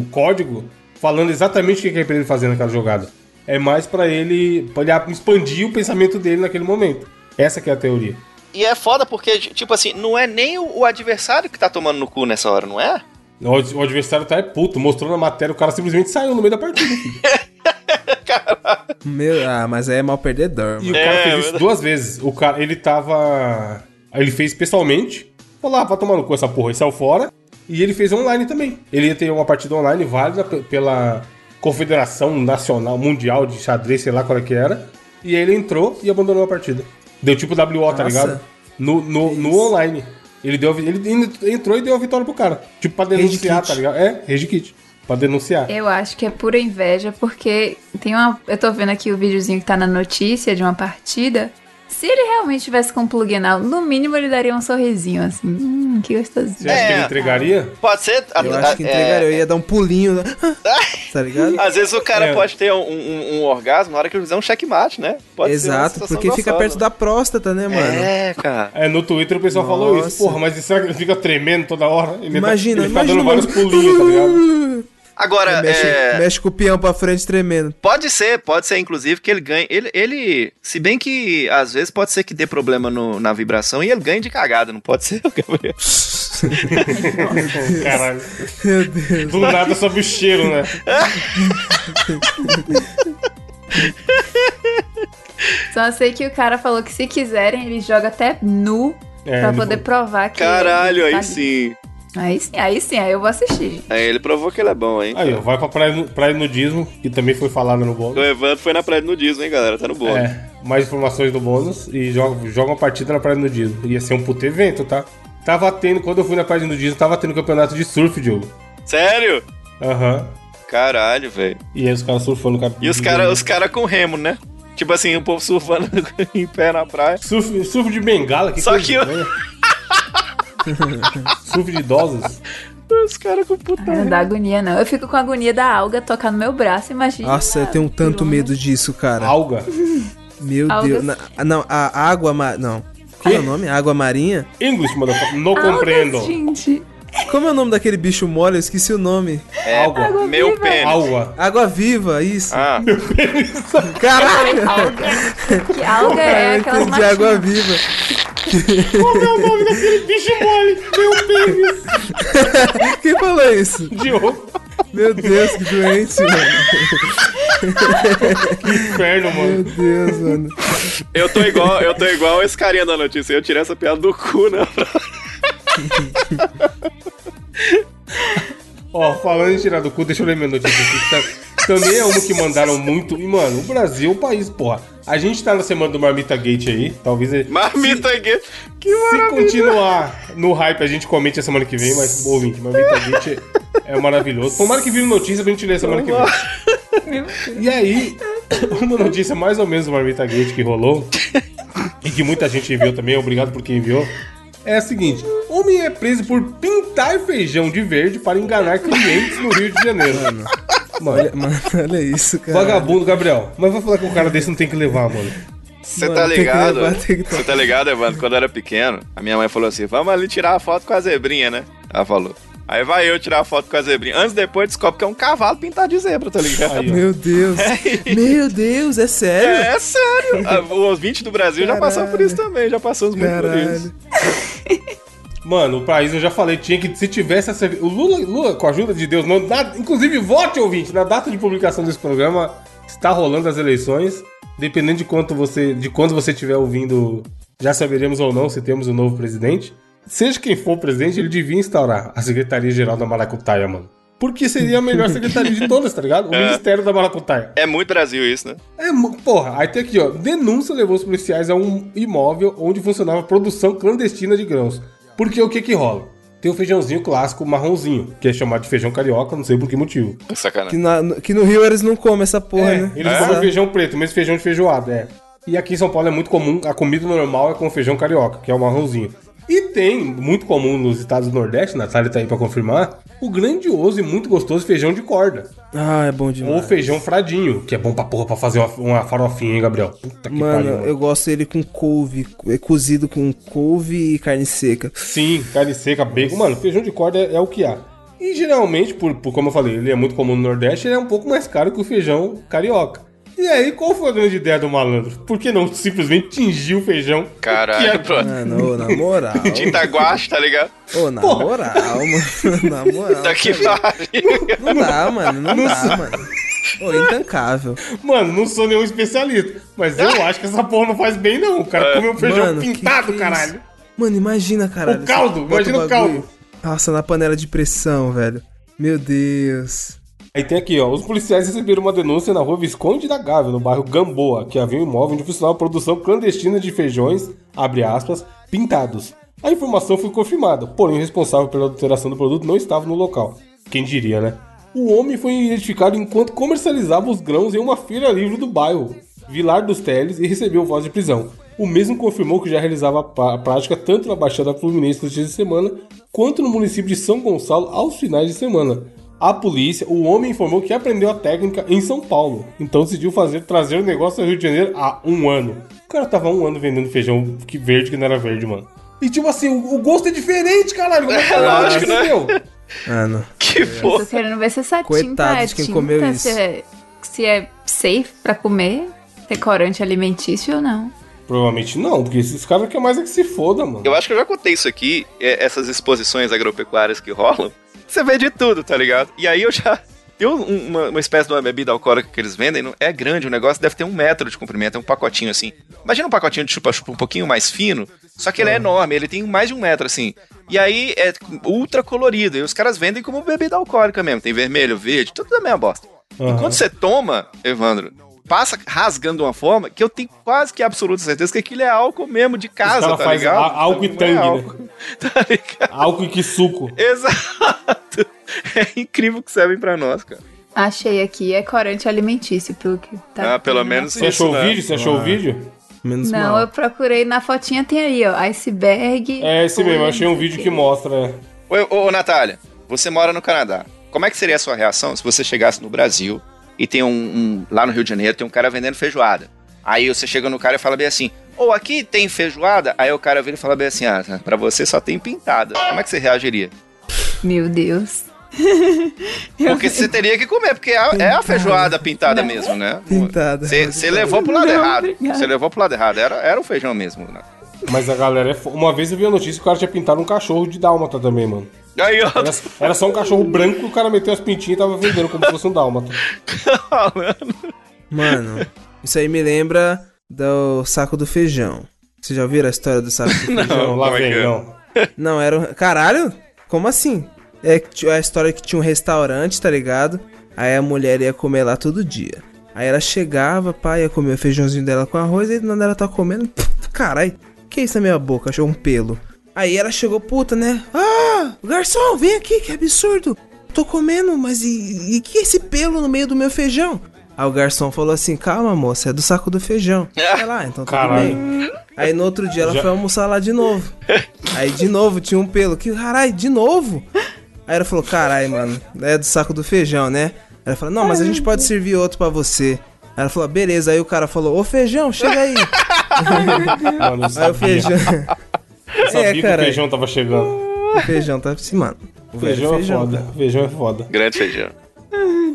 o código falando exatamente o que que é pra ele fazer naquela jogada. É mais pra ele, pra ele a- expandir o pensamento dele naquele momento. Essa que é a teoria.
E é foda porque, tipo assim, não é nem o, o adversário que tá tomando no cu nessa hora, não é? (laughs)
O, ad- o adversário tá é puto, mostrou na matéria, o cara simplesmente saiu no meio da partida. filho.
Meu, ah, mas aí é mal perdedor,
E o
mano.
cara
É,
fez isso
verdade.
duas vezes. O cara, ele tava... Ele fez pessoalmente. Falou, ah, vai tomar no cu essa porra. E saiu fora. E ele fez online também. Ele ia ter uma partida online válida pe- pela Confederação Nacional Mundial de Xadrez, sei lá qual é que era. E aí ele entrou e abandonou a partida. Deu tipo WO, tá
Nossa.
ligado? No, no, no online. Ele, deu, a vi- ele en- entrou e deu a vitória pro cara. Tipo, pra denunciar,
kit.
tá ligado? É, rage kit. Pra denunciar.
Eu acho que é pura inveja, porque tem uma. Eu tô vendo aqui o videozinho que tá na notícia de uma partida. Se ele realmente tivesse com um plug anal, no mínimo ele daria um sorrisinho, assim. Hum, que
Você
gostosinho.
acha que
É.
ele entregaria?
Pode ser?
Eu acho que entregaria,
é,
eu ia dar um pulinho,
(laughs)
né? tá ligado?
Às vezes o
É.
cara
Pode ter um, um- um orgasmo na hora que eu fizer um checkmate, né? Pode ser uma
Exato,
situação
porque fica
gostosa.
perto da próstata, né, mano?
É, cara.
É, no Twitter o pessoal falou isso.
Nossa.
Porra, mas será que ele fica tremendo toda hora? Ele tá-
Imagina,
ele tá
imagina. um-
dando vários pulinhos, tá ligado?
Agora,
mexe,
é,
mexe com o peão pra frente tremendo.
pode ser, pode ser, inclusive, que ele ganhe. Ele, ele- se bem que às vezes pode ser que dê problema no- na vibração e ele ganhe de cagada, não pode (laughs) ser, Gabriel?
(laughs)
Caralho.
Meu Deus.
Do nada sobe o cheiro, né?
Só sei que o cara falou que se quiserem, ele joga até nu
É,
pra
ele
poder provar que.
Caralho, aí
sabe?
sim.
Aí sim, aí sim, aí eu vou assistir, gente.
Aí ele provou que ele é bom, hein?
Aí, ó, vai pra praia, praia nudismo, que também foi falado no
O
bônus.
Evandro foi na praia no Disney, hein, galera? Tá no bolo.
É, mais informações do bônus e joga, joga uma partida na praia nudismo. Ia ser um puto evento, tá? Tava tendo, quando eu fui na praia nudismo, tava tendo campeonato de surf, Diogo.
Sério?
Aham.
Caralho, velho.
E aí os caras surfando o
E os caras os cara com remo, né? Tipo assim, o povo surfando (laughs) em pé na praia.
Surf, surf de bengala, que
Só
coisa
que eu-
estranha. Surf de idosos.
Os caras com puta.
Não dá agonia, não. Eu fico com a agonia da alga tocar no meu braço, imagina.
Nossa, eu tenho um tanto medo disso, cara.
Alga.
Meu
Algas.
Deus. Na- ah, não, a água. Ma não. Como é o nome? Água marinha?
English, motherfucker. Não
Algas,
compreendo.
gente.
Como é o nome daquele bicho mole? Eu esqueci o nome.
Alga.
Água
Meu
viva.
pênis.
Alga.
Água viva, isso.
Ah,
Ah.
Caralho!
Alga. Que alga é
Eu
aquela
entendi
matinha.
água viva.
Como é o nome daquele bicho mole? Meu pênis.
Quem falou isso?
Diogo.
Meu Deus, que doente, mano.
Inferno,
Meu
mano.
Deus, mano.
eu tô igual, eu tô igual esse carinha da notícia. Eu tirei essa piada do cu, né?
Ó, falando em tirar do cu, deixa eu ler minha notícia aqui. que tá- Também é uma que mandaram muito. E, mano, o Brasil é um país, porra. A gente tá na semana do Marmita Gate aí. Talvez. ele-
Marmita Gate. Que
Se
maravilha.
continuar no hype, a gente comente a semana que vem, mas, pô, ouvinte, Marmita Gate é maravilhoso. Tomara que vire notícia pra gente ler semana que vem.
Meu Deus.
E aí, uma notícia mais ou menos do Marmita Gate que rolou, e que muita gente enviou também, obrigado por quem enviou, é a seguinte. Homem é preso por pintar feijão de verde para enganar clientes no Rio de Janeiro. Mano,
Olha, mano, (laughs) olha isso, cara.
Vagabundo, Gabriel. Mas vai falar que um cara desse não tem que levar, mano.
Você
Mano,
tá
tem que
ligado?
levar, tem que
Você tá ligado, Evandro? Quando eu era pequeno, a minha mãe falou assim: vamos ali tirar a foto com a zebrinha, né? Ela falou. Aí vai eu tirar a foto com a zebrinha. Antes depois descobre que é um cavalo pintado de zebra, tá ligado?
Aí, ó.
Meu Deus.
É
Meu Deus, é sério?
É sério. A-
(laughs)
O ouvinte do Brasil já passou por isso também, já passamos muito por isso.
Caralho.
Mano, o país eu já falei, tinha que. Se tivesse essa. O Lula, Lula com a ajuda de Deus, não, na- inclusive vote, ouvinte, na data de publicação desse programa, está rolando as eleições. Dependendo de quanto você. de quando você estiver ouvindo, já saberemos ou não se temos um novo presidente. Seja quem for o presidente, ele devia instaurar a Secretaria-Geral da Maracutaia, mano. Porque seria a melhor secretaria de todas, tá ligado? O Ministério da Maracutaia.
É muito Brasil isso, né?
É, mo- porra, aí tem aqui, ó. Denúncia levou os policiais a um imóvel onde funcionava produção clandestina de grãos. Porque o que que rola? Tem o feijãozinho clássico marronzinho, que é chamado de feijão carioca, não sei por que motivo.
Sacanagem.
Que, na- no- que no Rio eles não comem essa porra,
é,
né?
eles comem feijão preto, mesmo feijão de feijoada, é. E aqui em São Paulo é muito comum, a comida normal é com feijão carioca, que é o marronzinho. E tem, muito comum nos estados do Nordeste, Natália tá aí pra confirmar, o grandioso e muito gostoso feijão de corda.
Ah, é bom
Ou
demais.
feijão fradinho, que é bom pra porra pra fazer uma, uma farofinha, hein, Gabriel? Puta que pariu.
Mano, eu gosto dele com couve, co- é cozido com couve e carne seca.
Sim, carne seca, bacon. Mano, feijão de corda é, é o que há. E geralmente, por, por como eu falei, ele é muito comum no Nordeste, ele é um pouco mais caro que o feijão carioca. E aí, qual foi a grande ideia do malandro? Por que não simplesmente tingir o feijão?
Caralho,
Que é-
pronto.
Mano, ô, na
(laughs)
moral.
Tinta guache, tá ligado?
Ô, na moral, mano. Na moral.
Tá que pariu.
Não dá, mano. Não dá, mano. Ô, intancável.
Mano, não sou nenhum especialista, mas eu acho que essa porra não faz bem, não. O cara comeu um feijão
Mano, que
pintado,
que é isso?
caralho.
Mano, imagina, caralho.
O caldo,
Você bota
imagina o
bagulho,
caldo.
Passa na panela de pressão, velho. Meu Deus.
Aí tem aqui, ó. Os policiais receberam uma denúncia na rua Visconde da Gávea, no bairro Gamboa, que havia um imóvel onde funcionava a produção clandestina de feijões, abre aspas, pintados. A informação foi confirmada, porém o responsável pela adulteração do produto não estava no local. Quem diria, né? O homem foi identificado enquanto comercializava os grãos em uma feira livre do bairro, Vilar dos Teles, e recebeu voz de prisão. O mesmo confirmou que já realizava a pá- a prática tanto na Baixada Fluminense nos dias de semana, quanto no município de São Gonçalo aos finais de semana. A polícia, o homem informou que aprendeu a técnica em São Paulo, então decidiu fazer trazer o negócio ao Rio de Janeiro há um ano. O cara tava há um ano vendendo feijão que verde que não era verde, mano. E tipo assim, o, o gosto é diferente, caralho. Como é que tá
lógico, né?
entendeu?
Mano,
Que porra.
Tô querendo ver se essa
Coitado
tinta é
de quem
tinta,
comeu
se,
isso.
É, se é safe pra comer, decorante alimentício ou não.
Provavelmente não, porque esses caras querem mais é que se foda, mano.
Eu acho que eu já contei isso aqui, é, essas exposições agropecuárias que rolam. Você vê de tudo, tá ligado? E aí eu já. Tem um- uma, uma espécie de uma bebida alcoólica que eles vendem, não- é grande o negócio, deve ter um metro de comprimento, é um pacotinho assim. Imagina um pacotinho de chupa-chupa um pouquinho mais fino, só que ele é enorme, ele tem mais de um metro assim. E aí é ultra colorido, e os caras vendem como bebida alcoólica mesmo. Tem vermelho, verde, tudo da mesma bosta.
Aham.
Quando você toma, Evandro, passa rasgando uma forma que eu tenho quase que absoluta certeza que aquilo é álcool mesmo de
Os
casa,
cara
tá
faz
ligado?
a- álcool e
Não é
tangue, né?
álcool, (laughs) Tá ligado?
Álcool e que suco.
Exato. É incrível o que servem pra nós, cara.
Achei aqui, é corante alimentício, pelo que tá.
ah, pelo menos
Você achou o
né?
vídeo? Você achou o
Ah.
vídeo?
menos
Não,
mal.
eu procurei na fotinha, tem ali, ó, iceberg.
É esse mesmo, eu achei um
não sei
vídeo
o
que
quê.
mostra.
Ô, ô, ô, Natália, você mora no Canadá. Como é que seria a sua reação se você chegasse no Brasil e tem um, um- Lá no Rio de Janeiro tem um cara vendendo feijoada. Aí você chega no cara e fala bem assim: Ou aqui tem feijoada? Aí o cara vira e fala bem assim: Ah, pra você só tem pintada. Como é que você reagiria?
Meu Deus.
Porque você teria que comer, porque é a, é a feijoada pintada mesmo, né?
Pintada.
Você você levou pro lado
Não,
errado.
obrigada.
Você levou pro lado errado. Era, era o feijão mesmo, né?
Mas a galera é fo... Uma vez eu vi a notícia que o cara tinha pintado um cachorro de dálmata também, mano.
Aí, ó,
assim.
Era, era só um cachorro branco, o cara meteu as pintinhas e tava vendendo como se fosse um dálmata.
falando.
Mano, isso aí me lembra do saco do feijão. Vocês já ouviram a história do saco do (laughs) feijão?
Não, Então, lá
como é
vem,
que é?
não.
é Não, era. um- Caralho? Como assim? É que ti- a história que tinha um restaurante, tá ligado? Aí a mulher ia comer lá todo dia. Aí ela chegava, pai, ia comer o feijãozinho dela com arroz, aí quando ela tá comendo, pff, carai, que isso na minha boca? Achou um pelo. Aí ela chegou, puta, né? Ah, garçom, vem aqui, que absurdo. Tô comendo, mas e, e que é esse pelo no meio do meu feijão? Aí o garçom falou assim, calma, moça, é do saco do feijão. Vai lá, então tudo
Caralho.
bem. Aí no outro dia ela foi almoçar lá de novo. Aí de novo tinha um pelo. Que caralho, de novo? Aí ela falou, carai, mano, é do saco do feijão, né? Ela falou, não, mas a gente pode servir outro pra você. Ela falou, beleza. Aí o cara falou, ô feijão, chega aí.
Mano, eu
Aí o
sabia.
feijão.
(laughs)
(laughs)
Eu sabia que o
caralho.
feijão tava chegando.
o feijão tá assim, mano. O velho né?
Feijão, é foda. Feijão é foda.
Grande feijão.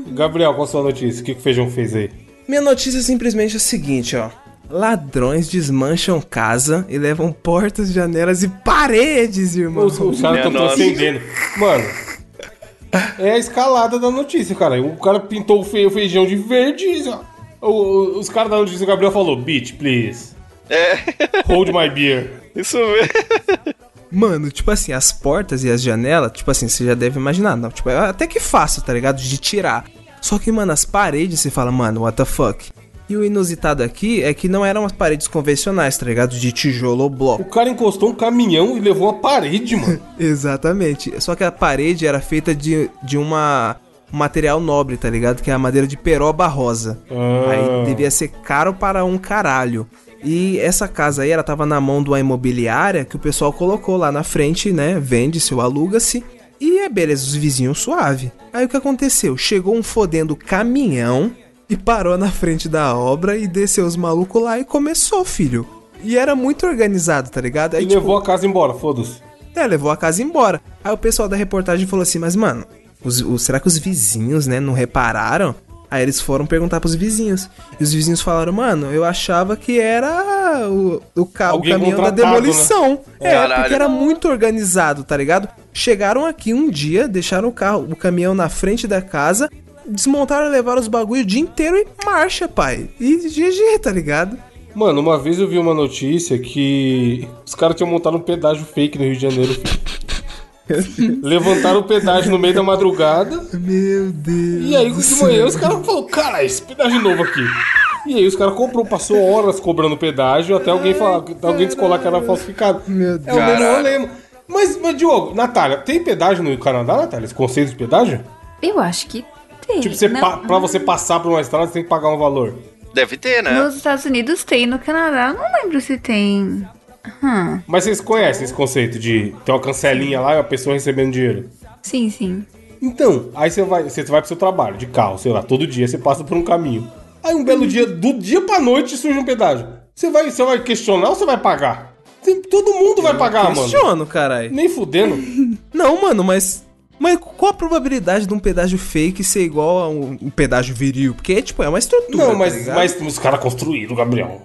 Gabriel, qual a sua notícia? O que, que o feijão fez aí?
Minha notícia é simplesmente a seguinte, ó. Ladrões desmancham casa e levam portas, janelas e paredes, irmão.
Os, os caras
Minha
estão
nossa.
transcendendo. Mano. É a escalada da notícia, cara. O cara pintou o fe- o feijão de verde. e, ó, o- o- os caras da notícia, o Gabriel falou: Bitch, please. É. Hold my beer.
Isso mesmo.
Mano, tipo assim, as portas e as janelas, tipo assim, você já deve imaginar, não, tipo, é até que fácil, tá ligado? De tirar. Só que, mano, as paredes, você fala, mano, what the fuck? E o inusitado aqui é que não eram as paredes convencionais, tá ligado? De tijolo ou bloco.
O cara encostou um caminhão e levou uma parede, mano.
Exatamente. Só que a parede era feita de, de uma um material nobre, tá ligado? Que é a madeira de peroba rosa.
Ah.
Aí devia ser caro para um caralho. E essa casa aí, ela tava na mão de uma imobiliária que o pessoal colocou lá na frente, né? Vende-se ou aluga-se. E é beleza, os vizinhos suave. Aí o que aconteceu? Chegou um fodendo caminhão e parou na frente da obra e desceu os malucos lá e começou, filho. E era muito organizado, tá ligado?
E
Aí, tipo,
levou a casa embora, foda-se.
é, levou a casa embora. Aí o pessoal da reportagem falou assim, mas mano, os- os- será que os vizinhos, né, não repararam? Aí eles foram perguntar pros vizinhos. E os vizinhos falaram, mano, eu achava que era o, o, ca- o
Alguém
caminhão da
contratado,
demolição. É,
Caralho.
porque era muito organizado, tá ligado? Chegaram aqui um dia, deixaram o carro, o caminhão na frente da casa, desmontaram, levaram os bagulho o dia inteiro e marcha, pai. E GG, tá ligado?
Mano, uma vez eu vi uma notícia que os caras tinham montado um pedágio fake no Rio de Janeiro. Levantaram o pedágio no meio da madrugada.
Meu Deus.
E aí, de manhã, os caras falaram, cara, esse pedágio é novo aqui. E aí, os caras comprou, passou horas cobrando pedágio, até alguém falar, até alguém descolar que era falsificado. É
Meu
o mesmo
Caralho.
rolê, mano. Mas, mas, Diogo, Natália, tem pedágio no Canadá, Natália? Esse conceito de pedágio?
Eu acho que tem.
Tipo, você
Não-
pa- pra você passar por uma estrada, você tem que pagar um valor.
Deve ter, né?
Nos Estados Unidos tem, no Canadá eu não lembro se tem. Hum,
Mas vocês conhecem esse conceito de ter uma cancelinha lá e a pessoa recebendo dinheiro?
sim, sim.
Então, aí você vai, você vai pro seu trabalho de carro, sei lá, todo dia você passa por um caminho. Aí um belo dia, do dia pra noite, surge um pedágio. Você vai, você vai questionar ou você vai pagar? Tem- todo mundo vai pagar, mano.
Questiono, caralho.
Nem fudendo.
Não, mano, mas. Mas qual a probabilidade de um pedágio fake ser igual a um, um pedágio viril? Porque, tipo, é uma estrutura.
Não,
tá
mas,
ligado?
mas os caras construíram, Gabriel.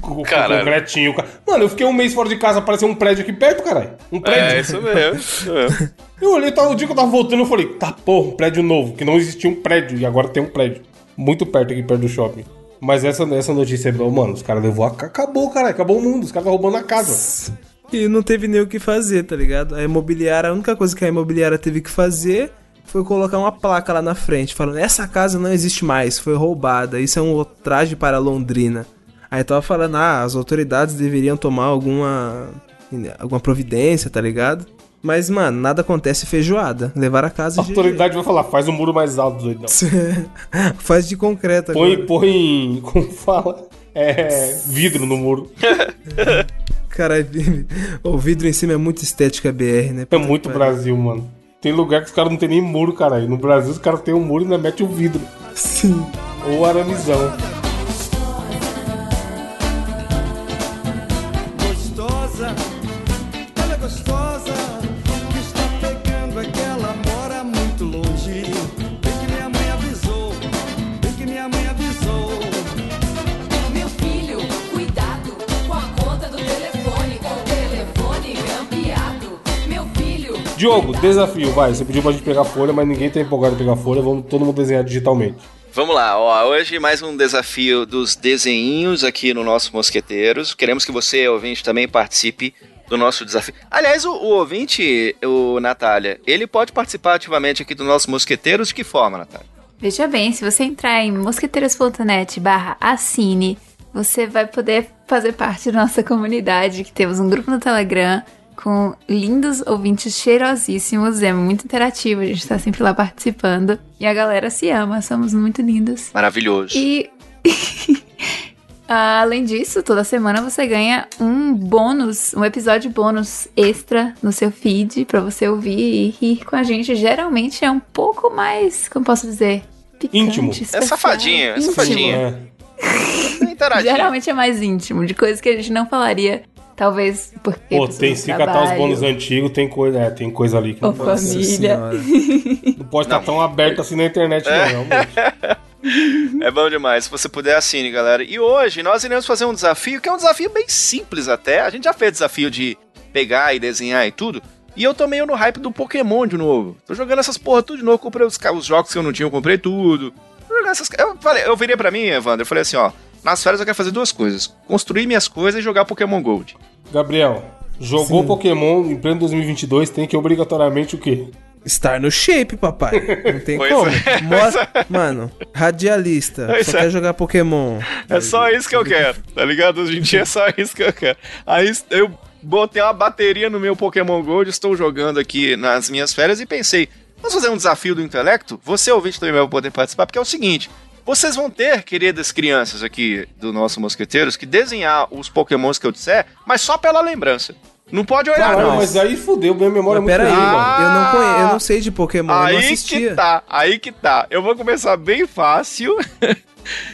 Com- com
Caralho.
Concretinho. ca- Mano, eu fiquei um mês fora de casa, apareceu um prédio aqui perto, caralho. Um prédio.
É, isso mesmo. Isso mesmo.
Eu olhei, tava, o dia que eu tava voltando, eu falei, tá porra, um prédio novo, que não existia um prédio, e agora tem um prédio. Muito perto aqui, perto do shopping. Mas essa, essa notícia é boa, mano, os caras levou a... ca- Acabou, cara, acabou o mundo, os caras tá roubando a casa.
E não teve nem o que fazer, tá ligado? A imobiliária, a única coisa que a imobiliária teve que fazer foi colocar uma placa lá na frente, falando: essa casa não existe mais, foi roubada, isso é um ultraje para Londrina. Aí tava falando: ah, as autoridades deveriam tomar alguma, alguma providência, tá ligado? Mas, mano, nada acontece feijoada. Levar a casa
A
de-
autoridade vai falar, faz um muro mais alto, doidão.
(laughs) Faz de concreto
Põe, põe, (laughs) como fala, é, vidro no muro.
Cara, (laughs) o vidro em cima é muito estética BR, né?
É muito Brasil, mano. Tem lugar que os caras não tem nem muro, caralho. No Brasil os caras têm um muro e ainda mete o vidro.
Sim.
Ou aramizão.
gostosa, ela é gostosa, que está pegando é que ela mora muito longe. Bem que minha mãe avisou, bem que minha mãe avisou.
Meu filho, cuidado com a conta do telefone, com o telefone cambiado. Meu filho,
Diogo, desafio, vai. Você pediu pra gente pegar folha, mas ninguém tá empolgado em pegar folha. Vamos todo mundo desenhar digitalmente.
Vamos lá, ó. Hoje mais um desafio dos desenhinhos aqui no nosso Mosqueteiros. Queremos que você, ouvinte, também participe do nosso desafio. Aliás, o, o ouvinte, o Natália, ele pode participar ativamente aqui do nosso Mosqueteiros. De que forma, Natália?
Veja bem, se você entrar em mosqueteiros.net barra assine, você vai poder fazer parte da nossa comunidade, que temos um grupo no Telegram com lindos ouvintes cheirosíssimos, é muito interativo, a gente tá sempre lá participando. E a galera se ama, somos muito lindos.
Maravilhoso.
E. (laughs) Além disso, toda semana você ganha um bônus, um episódio bônus extra no seu feed pra você ouvir e rir com a gente. Geralmente é um pouco mais, como posso dizer, picante,
Íntimo. É
É
especial,
safadinho, é
íntimo.
safadinho.
É.
É Interagindo.
Geralmente é mais íntimo, de coisas que a gente não falaria, talvez porque
Pô,
precisa
tem
do
se catar os
trabalho,
bônus antigos, tem coisa, é, tem coisa ali que
ou
não, pode-
família.
senhora.
não pode estar tão aberto assim na internet, não, realmente.
É bom demais. Se você puder, assine, galera. E hoje nós iremos fazer um desafio, que é um desafio bem simples até. A gente já fez desafio de pegar e desenhar e tudo. E eu tô meio no hype do Pokémon de novo. Tô jogando essas porra tudo de novo. Comprei os, ca- os jogos que eu não tinha, eu comprei tudo. Tô jogando essas. ca- Eu, falei, eu virei pra mim, Evandro. Eu falei assim, ó. Nas férias eu quero fazer duas coisas: construir minhas coisas e jogar Pokémon Gold.
Gabriel, jogou Pokémon em pleno 2022, tem que obrigatoriamente o quê?
Estar no shape, papai. Não tem
Pois
como.
é.
Mora... Mano, radialista.
Pois
só
é.
quer jogar Pokémon.
É só isso que eu quero, tá ligado? Hoje em dia é só isso que eu quero. Aí eu botei uma bateria no meu Pokémon Gold, estou jogando aqui nas minhas férias e pensei, vamos fazer um desafio do intelecto? Você, ouvinte, também vai poder participar, porque é o seguinte, vocês vão ter, queridas crianças aqui do nosso Mosqueteiros, que desenhar os Pokémons que eu disser, mas só pela lembrança. Não pode olhar,
Caralho,
não.
mas aí fudeu, minha memória
Mas
é
pera aí,
muito ruim,
Ah,
mano.
eu não conheço, eu não sei de Pokémon, eu não
Aí
assistia.
que tá, aí que tá. Eu vou começar bem fácil (laughs)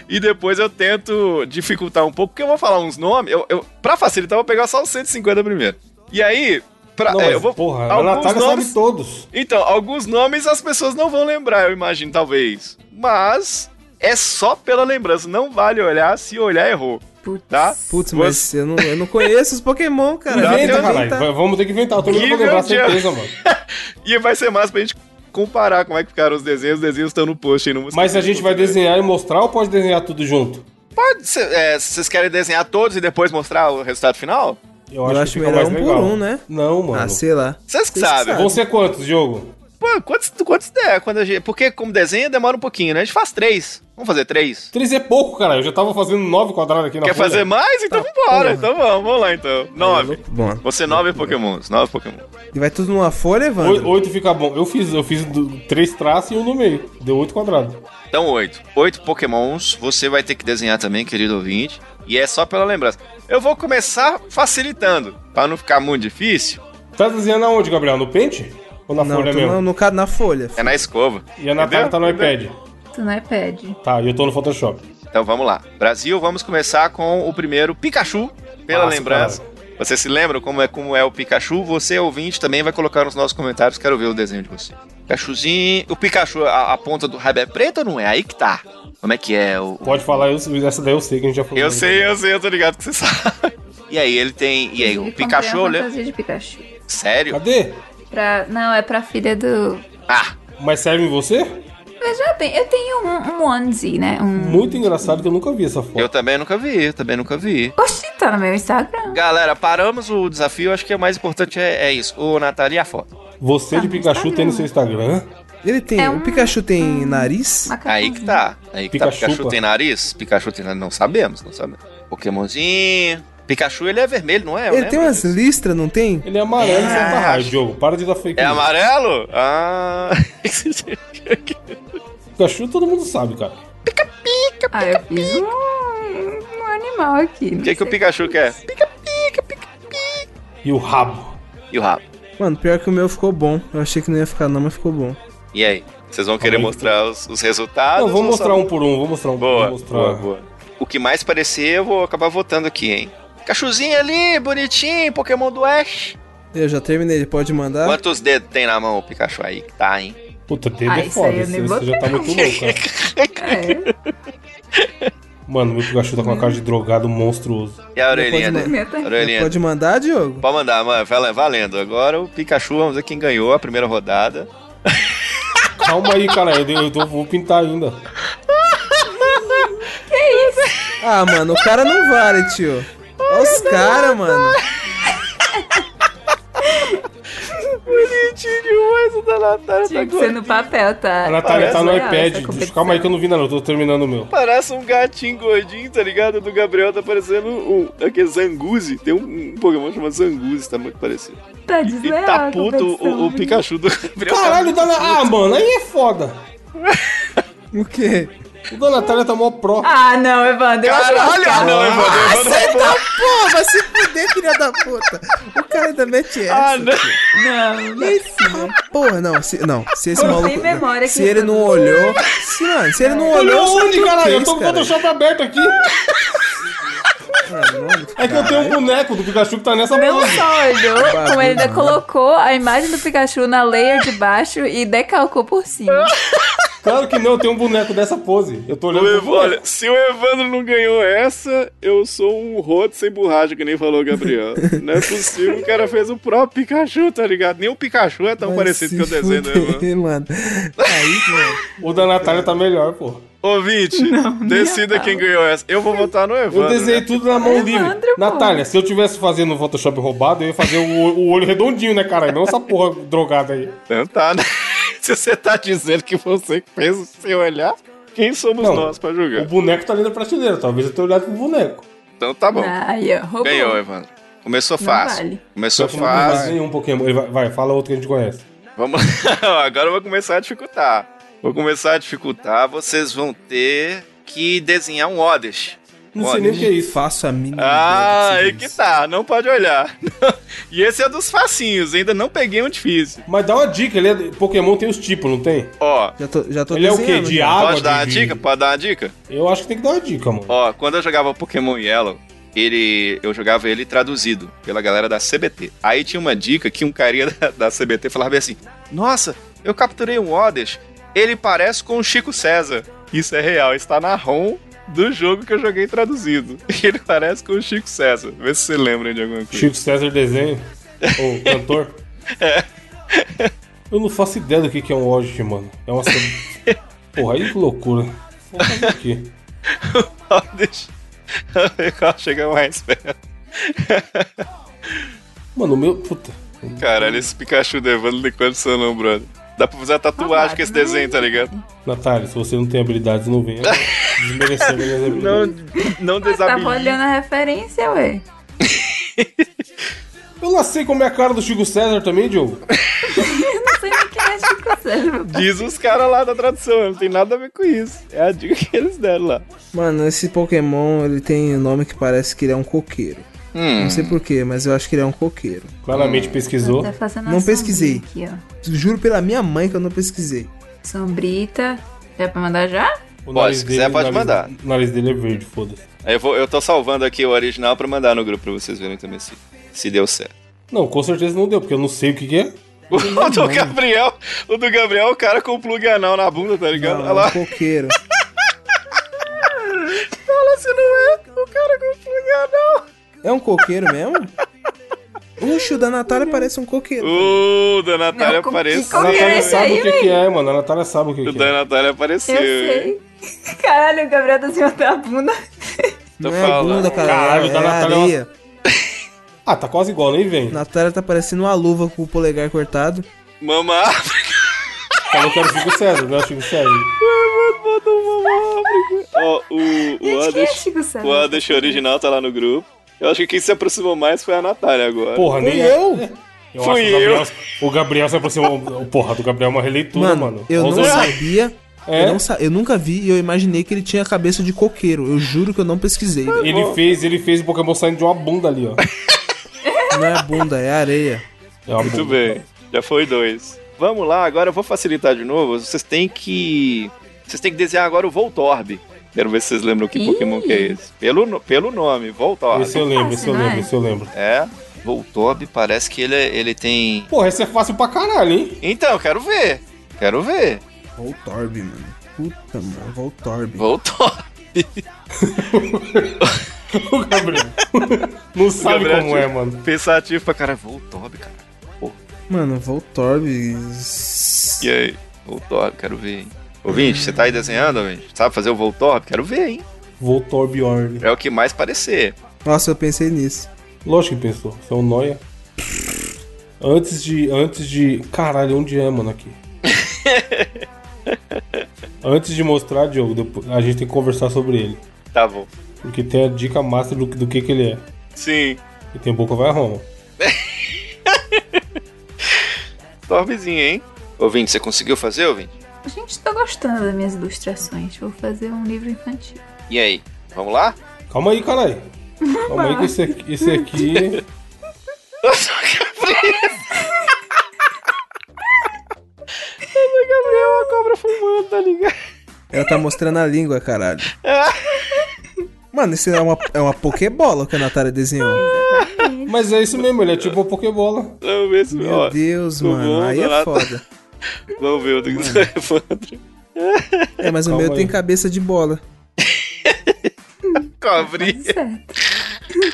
e depois eu tento dificultar um pouco, porque eu vou falar uns nomes. Eu, eu, pra facilitar, eu vou pegar só os 150 primeiro. E aí, pra,
Não,
é,
mas,
eu vou.
porra, a
alguns
Natália
nomes,
sabe todos.
Então, alguns nomes as pessoas não vão lembrar, eu imagino, talvez. Mas é só pela lembrança, não vale olhar, se olhar errou.
Putz.
Tá?
Putz, mas eu não, eu não conheço os Pokémon, cara. tá.
Não,
Eu
Inventa,
tem-
tenho que
caralho.
inventar.
vai- Vamos ter que inventar, eu também não vou
Giga
lembrar
de-
certeza, mano.
E vai ser massa pra gente comparar como é que ficaram os desenhos. Os desenhos estão no post aí no
Mas a gente vai desenhar e mostrar ou pode desenhar tudo junto?
Pode ser, é, vocês querem desenhar todos e depois mostrar o resultado final?
Eu
acho melhor um por um, né?
Não, mano.
Ah, sei lá.
Vocês que
Vocês que
sabem.
sabem.
Vão ser quantos, Diogo?
Pô, quantos, quantos der? Quando a gente, porque como desenho demora um pouquinho, né? A gente faz três. Vamos fazer três?
Três é pouco, cara. Eu já tava fazendo nove quadrados aqui na
Quer
folha.
fazer mais? Então vambora. Então vamos, vamos lá então. Nove.
Bom,
Você nove pokémons, nove pokémon.
e vai tudo numa folha, Evandro?
Oi- Oito fica bom. Eu fiz, eu fiz do- três traços e um no meio. Deu oito quadrados.
Então oito. Oito pokémons, você vai ter que desenhar também, querido ouvinte. E é só pela lembrança. Eu vou começar facilitando, pra não ficar muito difícil.
Tá desenhando aonde, Gabriel? No pente? Ou na
Não,
folha
tô
mesmo?
no, no caso, na folha.
É na escova.
E a Natália
Entendeu?
tá no
Entendeu?
iPad.
Tu não é pad.
Tá, e eu tô no Photoshop.
Então vamos lá. Brasil, vamos começar com o primeiro Pikachu, pela
Nossa,
lembrança. Você se lembra como é, como é o Pikachu? Você, ouvinte, também vai colocar nos nossos comentários. Quero ver o desenho de você. Pikachuzinho. O Pikachu, a, a ponta do rabo é preta ou não é? Aí que tá. Como é que é? O...
Pode falar, eu- essa daí eu sei que a gente já falou.
Eu sei, eu sei, eu tô ligado que você sabe. E aí, ele tem. E aí, o Pikachu, né?
comprei uma
olha.
fantasia de Pikachu.
Sério?
Cadê?
Pra... Não, é pra filha do.
Ah,
Mas serve em você?
Veja bem, eu tenho um, um onesie, né? Um...
Muito engraçado que eu nunca vi essa foto.
eu também nunca vi, eu também nunca vi.
Oxi, tá no meu Instagram.
Galera, paramos o desafio. Acho que o mais importante é, é isso. Ô, Natália, e a foto.
Você de
Ah,
Pikachu
Instagram.
tem no seu Instagram? né?
Ele tem.
É
O
um-
Pikachu tem nariz?
Aí que tá. Aí que
Pikachu,
tá. Pikachu
pô.
tem nariz? Pikachu tem nariz? Não sabemos, não sabemos. Pokémonzinho. Pikachu, ele é vermelho, não é? Eu
Ele tem
lembro
umas
disso.
listras, não tem?
Ele é amarelo e
Ah.
solta raio, Diogo. Para de dar fake
É
news.
amarelo? Ah. (laughs)
Pikachu todo mundo sabe, cara.
Ah, eu fiz um, um animal aqui.
o tá que, que o Pikachu quer?
E o rabo.
E o rabo.
Mano, pior que o meu ficou bom. Eu achei que não ia ficar, não, mas ficou bom.
E aí? Vocês vão querer
Calma aí.
mostrar os, os resultados?
Não, vou
ou
mostrar
Ah, só-
um por um, vou mostrar um
Boa,
vou mostrar.
boa, boa. O que mais parecer, eu vou acabar votando aqui, hein? Pikachuzinho ali, bonitinho, Pokémon do Ash.
Eu já terminei, ele pode
Tá.
mandar.
Quantos dedos tem na mão o Pikachu aí que tá, hein?
Puta, dedo
Ah,
é
isso
foda.
aí eu
Você,
nem um
você já tá muito louco, cara.
É,
Mano, meu Pikachu tá com uma cara de drogado monstruoso.
E a
Ele
orelhinha
pode,
dele?
ma-
minha tá-
A
ele
orelhinha
pode mandar, Diogo?
Pode mandar, mano. Vala- Valendo. Agora o Pikachu, vamos ver quem ganhou a primeira rodada.
Calma aí, cara. Eu, eu tô- vou pintar ainda.
Ah, mano, o cara não vale, tio. Olha os caras, mano.
Bonitinho demais, tá Natália tá
Tinha que ser
agora.
no papel, tá?
A Natália tá no
Real, essa
iPad.
competição.
Calma aí que eu não vi nada, não. Eu tô terminando o meu.
Parece um gatinho gordinho, tá ligado? Do Gabriel tá parecendo um. Aquele Zanguzi. Tem um, um Pokémon chamado Zanguzi, tá muito parecido.
Tá
E
desleal
tá
a
puto
competição,
o, o
né?
Pikachu do Gabriel.
Caralho, Dona... Ah, mano, aí é foda.
O quê?
O Dona Natália tá mó pró.
Ah, não, Evandro. eu acho
Caralho, ah, não, Evandro. Evandro vai
Eita porra, vai se fuder, filha da puta. O cara ainda mete essa.
Ah, não.
Não, não é possível.
Porra, não, se, não, se esse
Não
maluco.
tem memória
se
que
ele
isso
não
não-
olhou. Se, mano, se ele não olhou.
Olha onde,
sabe o que
caralho? Eu
é
tô
isso,
com o
cara?
Photoshop aberto aqui. É que eu tenho um boneco do Pikachu que tá nessa
Não
porra.
só olhou, como ele ainda
Bagulho,
colocou a imagem do Pikachu na layer de baixo e decalcou por cima.
Ah,
Claro que não, eu tenho um boneco dessa pose. Eu tô olhando
O
pro
Ev-
boneco.
Olha, se o Evandro não ganhou essa, eu sou um roto sem borracha, que nem falou o Gabriel. Não é possível, o cara fez o próprio Pikachu, tá ligado? Nem o Pikachu é tão
Vai
parecido
se
que o desenho do Evandro.
fuder, né, mano. Aí, mano.
O da Natália tá melhor, pô.
Ouvinte, decida quem ganhou essa. Eu vou votar no Evandro.
Eu desenhei
né?
tudo na mão
Evandro,
livre.
pô.
Natália, se eu tivesse fazendo o Photoshop roubado, eu ia fazer o, o olho redondinho, né, caralho? Não essa porra drogada aí.
Então tá, né? (laughs) Se você tá dizendo que você que fez sem olhar, quem somos
Não.
nós pra
O
julgar?
boneco tá ali na prateleira, talvez eu tenha olhado pro boneco.
Então tá bom.
Ah, Aí, ó, roubou.
Ganhou, Evandro. Começou
Não
fácil.
vale.
Começou
Não tem mais
fácil.
nenhum Pokémon. Ele Vai, vai, fala outro que a gente conhece.
Vamos (laughs) lá. Agora eu vou começar a dificultar. Vou começar a dificultar. Vocês vão ter que desenhar um Oddish.
Não
Olha,
sei nem o que é isso.
Faço a mínima.
Ah,
ideia
aí
do
que
seja
tá. Não pode olhar. (laughs) E esse é dos facinhos. Ainda não peguei um difícil.
Mas dá uma dica, ele é- Pokémon tem os tipos, não tem?
Ó,
isso. Já tô, já tô
Ele é o quê?
desenhando,
De
já.
água?
pode dar uma
de-
dica?
de-
Pode dar uma dica?
Eu acho que tem que dar uma dica, mano.
Ó, quando eu jogava Pokémon Yellow, ele, eu jogava ele traduzido pela galera da CBT. Aí tinha uma dica que um carinha (laughs) da, da CBT falava bem assim: Nossa, eu capturei um Oddish, ele parece com o Chico César. Isso é real, está na ROM do jogo que eu joguei traduzido. (laughs) Ele parece com o Chico César. Vê se você lembra de alguma coisa.
Chico César desenho.
(laughs)
Ou cantor.
É.
Eu não faço ideia do que que é um Oddish, mano. É uma...
(laughs)
sub- Porra, aí que loucura. Vou fazer aqui.
Oddish. (laughs) Legal, chega mais perto. (laughs)
Mano, o meu... Puta.
Caralho, esse Pikachu devando de condição não, brother. Dá pra fazer a tatuagem com esse desenho, tá ligado?
Natália, se você não tem habilidades, não
(laughs)
venha desmerecer minhas
Não,
habilidades.
não
Tava
desabilita.
olhando a referência, ué.
Eu não sei como é a cara do Chico César também, Diogo.
Não sei nem quem é Chico César.
Diz os caras lá da tradução, não tem nada a ver com isso. É a dica que eles deram lá.
Mano, esse Pokémon, ele tem um nome que parece que ele é um coqueiro.
Hum.
Não sei porquê, mas eu acho que ele é um coqueiro.
Claramente pesquisou.
Tá fazendo
Não
uma
pesquisei.
sombrinha Aqui, ó.
Juro pela minha mãe que eu não pesquisei.
Sombrita. Já pra mandar já?
O
Pode, se quiser,
o
pode
nariz-
mandar.
O nariz dele é verde, foda-se.
Aí Eu, vou, eu tô salvando aqui o original pra mandar no grupo pra vocês verem também se, se deu certo.
Não, com certeza não deu, porque eu não sei o que que é.
O do Gabriel, o do Gabriel é o cara com o plug anal na bunda, tá ligado? Olha
Não, é um
lá.
coqueiro.
Fala se não é o cara com o plug anal.
É um coqueiro mesmo? Oxe, o da Natália parece um coqueiro.
O da Natália
Não, como-
A
Qual
apareceu.
como- que é
Natália
esse
sabe
aí,
o que que é, mano. A Natália sabe o que
O
que é.
da Natália
Eu
apareceu.
sei. (laughs) Caralho, o Gabriel tá cima da bunda.
Tô
Não é a bunda,
falando.
cara.
Caralho,
é
da
a
Natália é uma-
areia.
Ah, tá quase igual, nem vem.
Natália tá parecendo uma luva com o polegar cortado.
Mama África.
Falou que era o Chico César, não é o Chico César.
Bota o Mama África. Ó, o, o
Gente, quem é
Anderson.
Chico César?
O Anderson original tá lá no grupo. Eu acho que quem se aproximou mais foi a Natália agora.
Porra, nem é.
eu?
(laughs) Eu
Fui
acho que o Gabriel, o Gabriel se aproximou. o- Porra, do Gabriel é uma releitura,
Mano,
mano.
eu
Olha
não
os-
sabia.
É.
Eu, não sa- eu nunca vi e eu imaginei que ele tinha a cabeça de coqueiro. Eu juro que eu não pesquisei. velho.
Ele fez, ele fez o Pokémon saindo de uma bunda ali, ó.
Não é a bunda, é a areia.
É uma
(laughs) Muito
bunda.
bem, já foi dois. Vamos lá, agora eu vou facilitar de novo. Vocês têm que. Vocês têm que desenhar agora o Voltorb. Quero ver se vocês lembram que
Ih.
Pokémon que é esse. Pelo, no- pelo nome, Voltorb.
Esse eu lembro, esse eu
Não é?
lembro, esse eu lembro.
É, Voltorb parece que ele, ele tem.
Porra, esse é fácil pra caralho, hein?
Então, quero ver. Quero ver.
Voltorb, mano. Puta, mano.
(laughs)
Voltorb.
Voltorb.
(laughs) O Gabriel. não sabe
Gabriel
como é, mano.
Pensativo pra cara. Voltorb, cara.
Mano, Voltorb.
E aí? Voltorb, quero ver, hein? Ouvinte, você tá aí desenhando, ouvinte? Sabe fazer o Voltorb? Quero ver, hein?
Voltou Bjorn.
É o que mais parecer.
Nossa, eu pensei nisso.
Lógico que pensou. Você é um noia. Antes de. Antes de. Caralho, onde é, mano, (laughs) aqui? antes de mostrar, Diogo, depois- a gente tem que conversar sobre ele.
Tá bom.
Porque tem a dica master do, do que, que ele é.
Sim.
E tem boca vai a Roma.
Topzinho, hein? Ouvinte, você conseguiu fazer, ouvinte?
Gente, tô gostando das minhas ilustrações. Vou fazer um
(laughs)
livro infantil.
E aí? Vamos (laughs) lá?
Calma aí, caralho. Calma aí que esse aqui. Esse aqui
Nossa, Gabriel! Nossa, Gabriel é uma cobra fumando, tá ligado?
Ela tá mostrando a língua, caralho. Mano, isso é uma, é uma pokebola que a Natália desenhou.
Mas é isso mesmo, ele é tipo uma Pokébola.
Vamos ver se...
Meu
Ó,
Deus,
o
mano. Aí
mundo
é
lá-
foda.
vamos ver tá o do Evandro.
É, mas o
Calma
meu
aí.
tem cabeça de bola.
(laughs)
Cobrinha.
Certo.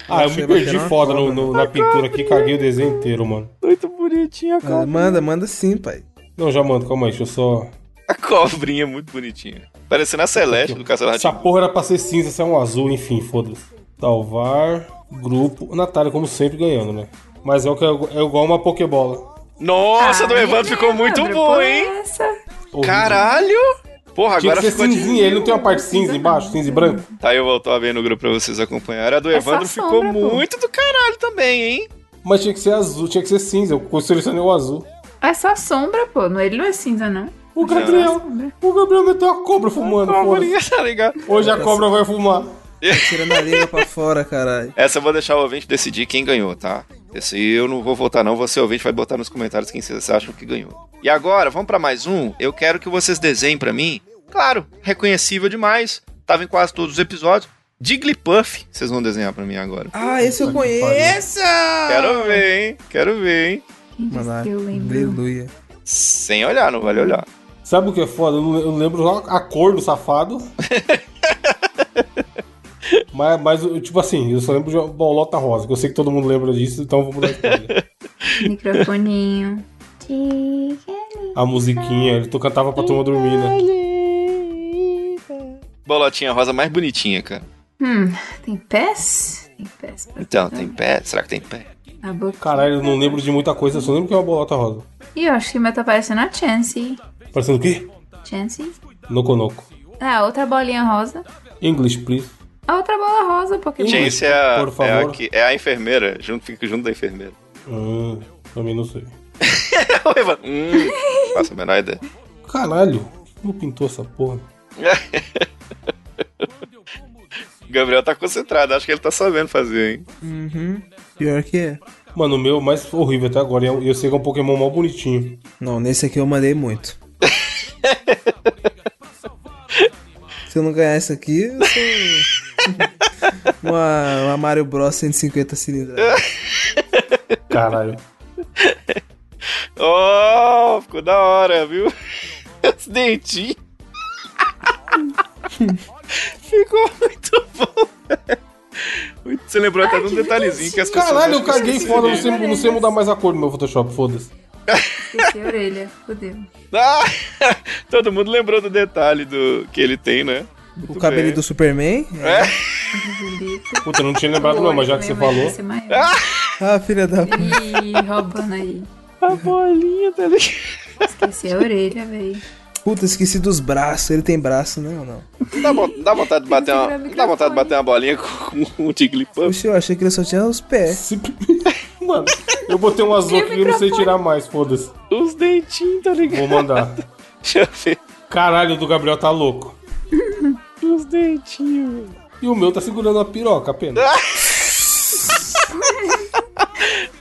Ah, eu
Achei
me perdi
bacana.
foda no- no- na pintura aqui, caguei o desenho inteiro, mano.
Muito bonitinha a
Manda,
cobra.
manda, manda sim, pai.
Não, já mando, calma aí, deixa eu só.
A cobrinha é muito bonitinha. Parecendo a Celeste do Castelo
Essa
Ratinho.
porra era pra ser cinza, essa é um azul, enfim, foda-se. Salvar, grupo. Natália, como sempre, ganhando, né? Mas é, o que é, é igual uma Pokébola.
Nossa,
Ah,
do Evandro ficou muito
Leandro,
bom,
porra,
hein?
é essa?
Horrível.
Caralho! Porra,
Tinha que
agora
ser
ficou de...
cinzinha, ele não tem uma parte cinza embaixo, cinza e branco?
Tá, aí eu voltou a ver no grupo pra vocês acompanharem. A do
É só
Evandro
sombra,
ficou
pô.
muito do caralho também, hein?
Mas tinha que ser azul, tinha que ser cinza, eu selecionei o azul.
É só sombra, pô. Não- Ele não é cinza, não.
O Gabriel, o Gabriel meteu a cobra fumando, porra.
Cobrinha, tá ligado?
Hoje a cobra vai fumar.
Tirando a língua pra fora, caralho.
Essa eu vou deixar o ouvinte decidir quem ganhou, tá? Esse aí eu não vou votar, não. Você, ouvinte, vai botar nos comentários quem vocês acham que ganhou. E agora, vamos pra mais um. Eu quero que vocês desenhem pra mim. Claro, reconhecível demais. Tava em quase todos os episódios. Diglipuff, vocês vão desenhar pra mim agora.
Ah, esse eu conheço!
Quero ver, hein? Quero ver, hein?
Quem disse
Mano,
que eu lembro?
aleluia.
Sem olhar, não vale olhar.
Sabe o que é foda? Eu não- eu não lembro só a cor do safado. mas, mas, eu, tipo assim, eu só lembro de uma bolota rosa, que eu sei que todo mundo lembra disso, então eu vou mudar de coisa.
Microfoninho.
A musiquinha, ele to- cantava pra turma dormir, né?
Bolotinha rosa mais bonitinha, cara.
Hum, tem pés? Tem pés. pra-
Então, tem pé? Será que tem pé?
Na boca.
Caralho, eu não lembro de muita coisa, eu só lembro que é uma bolota rosa.
E eu acho que o meu tá parecendo a Chansey.
Parecendo o quê?
Chansey?
Noconoco.
Ah, outra bolinha rosa.
English, please.
A outra bola rosa, Pokémon.
Gente.
Gente, é a,
Por
é a,
favor.
que- é a enfermeira. Junto, fica junto da enfermeira. (laughs)
Hum, também não sei.
O Evandro, hum, faço a menor ideia.
Caralho, não pintou essa porra.
O (laughs) Gabriel tá concentrado, acho que ele tá sabendo fazer, hein?
Uhum. Pior que é.
Mano, o meu mais horrível até agora, e eu, eu sei que é um Pokémon mal bonitinho.
Não, nesse aqui eu mandei
(laughs)
muito. Se eu não ganhar isso aqui, eu sou. uma, uma Mario Bros 150
É,
cilindradas.
Caralho.
Oh, ficou da hora, viu? (laughs) Os dentinhos. (laughs) ficou muito bom. velho. Você lembrou até de um detalhezinho que as pessoas.
Caralho, eu
acham que
caguei
esquecem
foda, não
dele.
sei, não sei mudar mais a cor do meu Photoshop, foda-se.
Esqueci a orelha. Fudeu.
(laughs) Ah, todo mundo lembrou do detalhe do que ele tem, né?
O cabelo
bem.
do Superman?
É.
Bonito.
Puta, eu não tinha lembrado não, mas já que você falou.
Ser maior.
Ah, filha da.
Ih, roubando aí.
A bolinha, tá ligado?
Esqueci a orelha, velho.
Puta, esqueci dos braços. Ele tem braço, né ou não?
Dá, vo- dá vontade de bater
segurar
uma, dá
o
vontade de
microfone.
bater uma bolinha com, com um Jigglypuff.
Puxa, eu achei que ele só tinha os pés.
Simplesmente- (laughs) Mano, eu botei um azul
Tem o
aqui e não sei
microfone.
tirar mais, foda-se.
Os dentinhos, tá ligado?
Vou mandar.
Deixa eu ver.
Caralho, o do Gabriel tá louco.
Os dentinhos.
E o meu tá segurando a piroca apenas.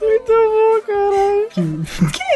Muito bom, caralho.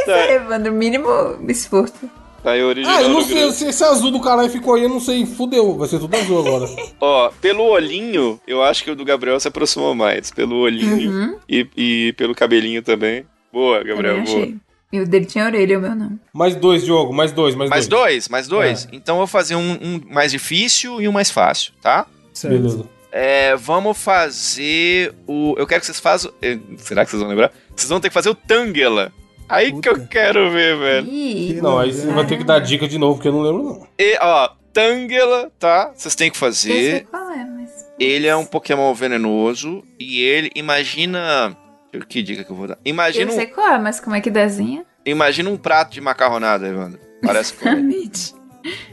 É.
Evandro, mínimo esforço.
Tá aí o original.
Ah, eu não
do
sei,
grupo.
se esse azul do caralho ficou aí, eu não sei, fudeu. Vai ser tudo azul agora.
Ó, pelo olhinho, eu acho que o do Gabriel se aproximou mais. Pelo olhinho e, e pelo cabelinho também. Boa, Gabriel,
Também
boa.
achei. E o dele tinha orelha, o meu não.
Mais dois, Diogo, mais dois, mais,
Mais
dois.
dois, mais dois. Então eu vou fazer um, um mais difícil e um mais fácil, tá?
Certo.
Beleza.
É, vamos fazer o. Eu quero que vocês façam. eh, Será que vocês vão lembrar? Vocês vão ter que fazer o Tangela. Aí que eu
Puta.
quero ver, velho.
Ih,
Não, aí você vai ter que dar dica de novo, porque eu não lembro não.
E, ó, Tangela, tá? Vocês têm que
eu sei
fazer. um
qual é, mas.
Ele é um Pokémon venenoso e ele imagina Deixa eu- Que dica que eu vou dar?
Eu
Imagina, um,
sei qual é, mas como é que desenha?
imagina um prato de macarronada, Evandro. Parece,
(laughs) Exatamente.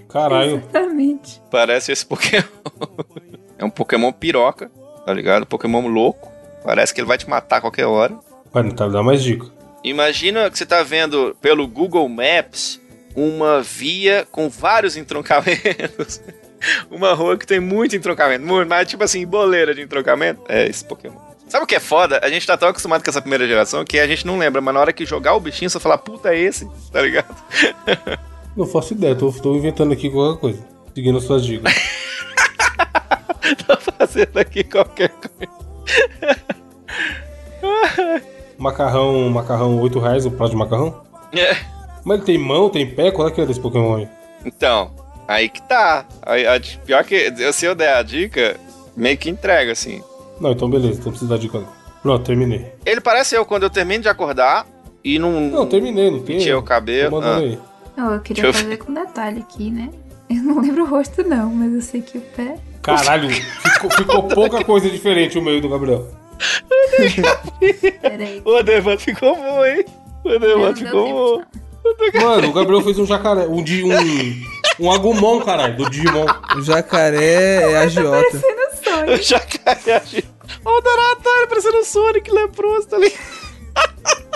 Caralho.
Exatamente.
parece esse Pokémon. é um Pokémon piroca, tá ligado? Pokémon louco. Parece que ele vai te matar a qualquer hora.
Vai, não tá dá mais dica.
Imagina que você tá vendo pelo Google Maps uma via com vários entroncamentos. (laughs) uma rua que tem muito entroncamento. Muito, mas tipo assim, boleira de entroncamento. É esse Pokémon. Sabe o que é foda? A gente tá tão acostumado com essa primeira geração que a gente não lembra, mas na hora que jogar o bichinho, você fala, puta, é esse, tá ligado? (laughs)
Não faço ideia, tô, tô inventando aqui qualquer coisa. Seguindo as suas dicas.
tá fazendo aqui qualquer coisa.
macarrão, macarrão, 8 reais, o prato de macarrão.
É.
Mas ele tem mão, tem pé, qual é que é desse Pokémon aí?
Então, aí que tá. Aí, a- pior que se eu der a dica, meio que entrega, assim.
Não, então beleza, então não precisa dar dica não. Pronto, terminei.
Ele parece eu quando eu termino de acordar e não.
Não, terminei, não tem.
Tinha o cabelo,
Tô mandando
ah.
aí.
Oh, eu queria
Deixa eu
fazer com detalhe aqui, né? Eu não lembro o rosto, não, mas eu sei que o pé.
Caralho, ficou, ficou pouca coisa diferente o meio do Gabriel.
(laughs)
Peraí.
O Devant ficou bom, hein? O
Não
Devant
deu
ficou bom.
tempo, não.
Mano, o Gabriel fez um jacaré, um de um um agumon, caralho, do Digimon.
O jacaré
(laughs)
é agiota.
O jacaré agiu. Olha o Doratário parecendo o Sonic leproso, tá ligado?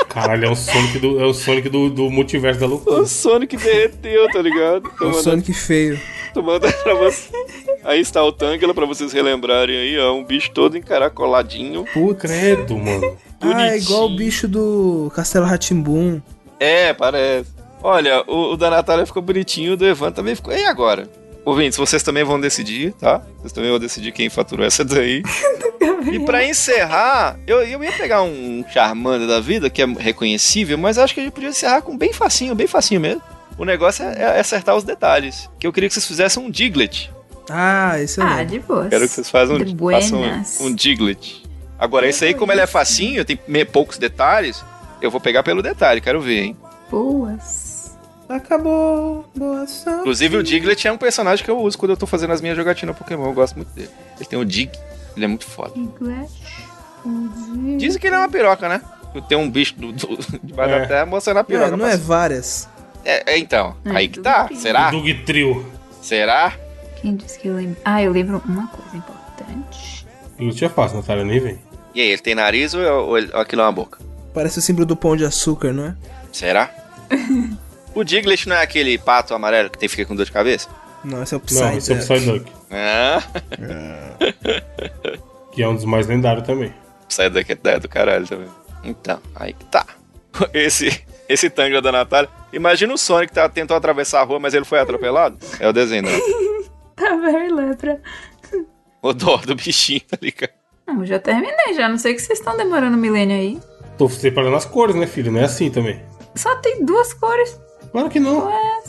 Caralho, é o Sonic do é o Sonic do, do multiverso da
O
loucura.
Sonic derreteu, tá ligado?
É
Tô
um
mandando,
Sonic feio.
tô mandando pra vocês. Aí está o Tangela pra vocês relembrarem aí, ó. Um bicho todo encaracoladinho.
Putz.
Credo, mano.
Ah, é igual o bicho do Castelo Ratimbum.
É, parece. Olha, o, o da Natália ficou bonitinho, o do Evan também ficou. E agora? Ouvintes, vocês também vão decidir, tá? Vocês também vão decidir quem faturou essa daí. e pra encerrar, eu, eu ia pegar um Charmander da vida, que é reconhecível, mas acho que a gente podia encerrar com bem facinho, bem facinho mesmo. O negócio é, é acertar os detalhes. Que eu queria que vocês fizessem um Diglett.
Ah, esse
(laughs)
eu
Ah,
lembro.
de boa.
Quero que vocês façam,
De
um-
buenas.
façam um, um Diglett. Agora, isso aí, como ele é facinho, tem me- poucos detalhes, eu vou pegar pelo detalhe, quero ver, hein?
Boas.
Acabou. Boa sorte.
Inclusive, o Diglett é um personagem que eu uso quando eu tô fazendo as minhas jogatinas Pokémon. Eu gosto muito dele. Ele tem o Dig, ele é muito foda. Dizem que ele é uma piroca, né? Tem um bicho do, (laughs) do, debaixo
É.
da terra mostrando a
Não, é-
piroca.
não é várias.
É, é, então,
É,
aí que
tudo
tá.
bem.
Será?
Dug Trio.
Será?
Quem disse que eu lembro? Ah, eu lembro uma coisa importante. (laughs)
Isso é fácil, Natália, nem vem.
E aí, ele tem nariz ou, ou, ele- ou aquilo é uma boca?
Parece o símbolo do pão de açúcar, não é?
Será? (laughs) o Diglett não é aquele pato amarelo que tem fica com dor de cabeça?
Não, esse é o Psy.
Não, esse é o Psyduck,
Ah,
que é um dos mais lendários também.
(laughs) sai daqui é do caralho também. Então, aí que tá. (laughs) Esse, esse Tangra da Natália. Imagina o Sonic que tá- tentou atravessar a rua, mas ele foi atropelado. É o desenho, né?
Tá very lepra.
O dó do bichinho, tá ligado? (laughs)
Não, já terminei, já. Não sei o que vocês estão demorando um milênio aí.
Tô separando as cores, né, filho? Não é assim também.
Só tem duas cores.
Claro que não.
Ué,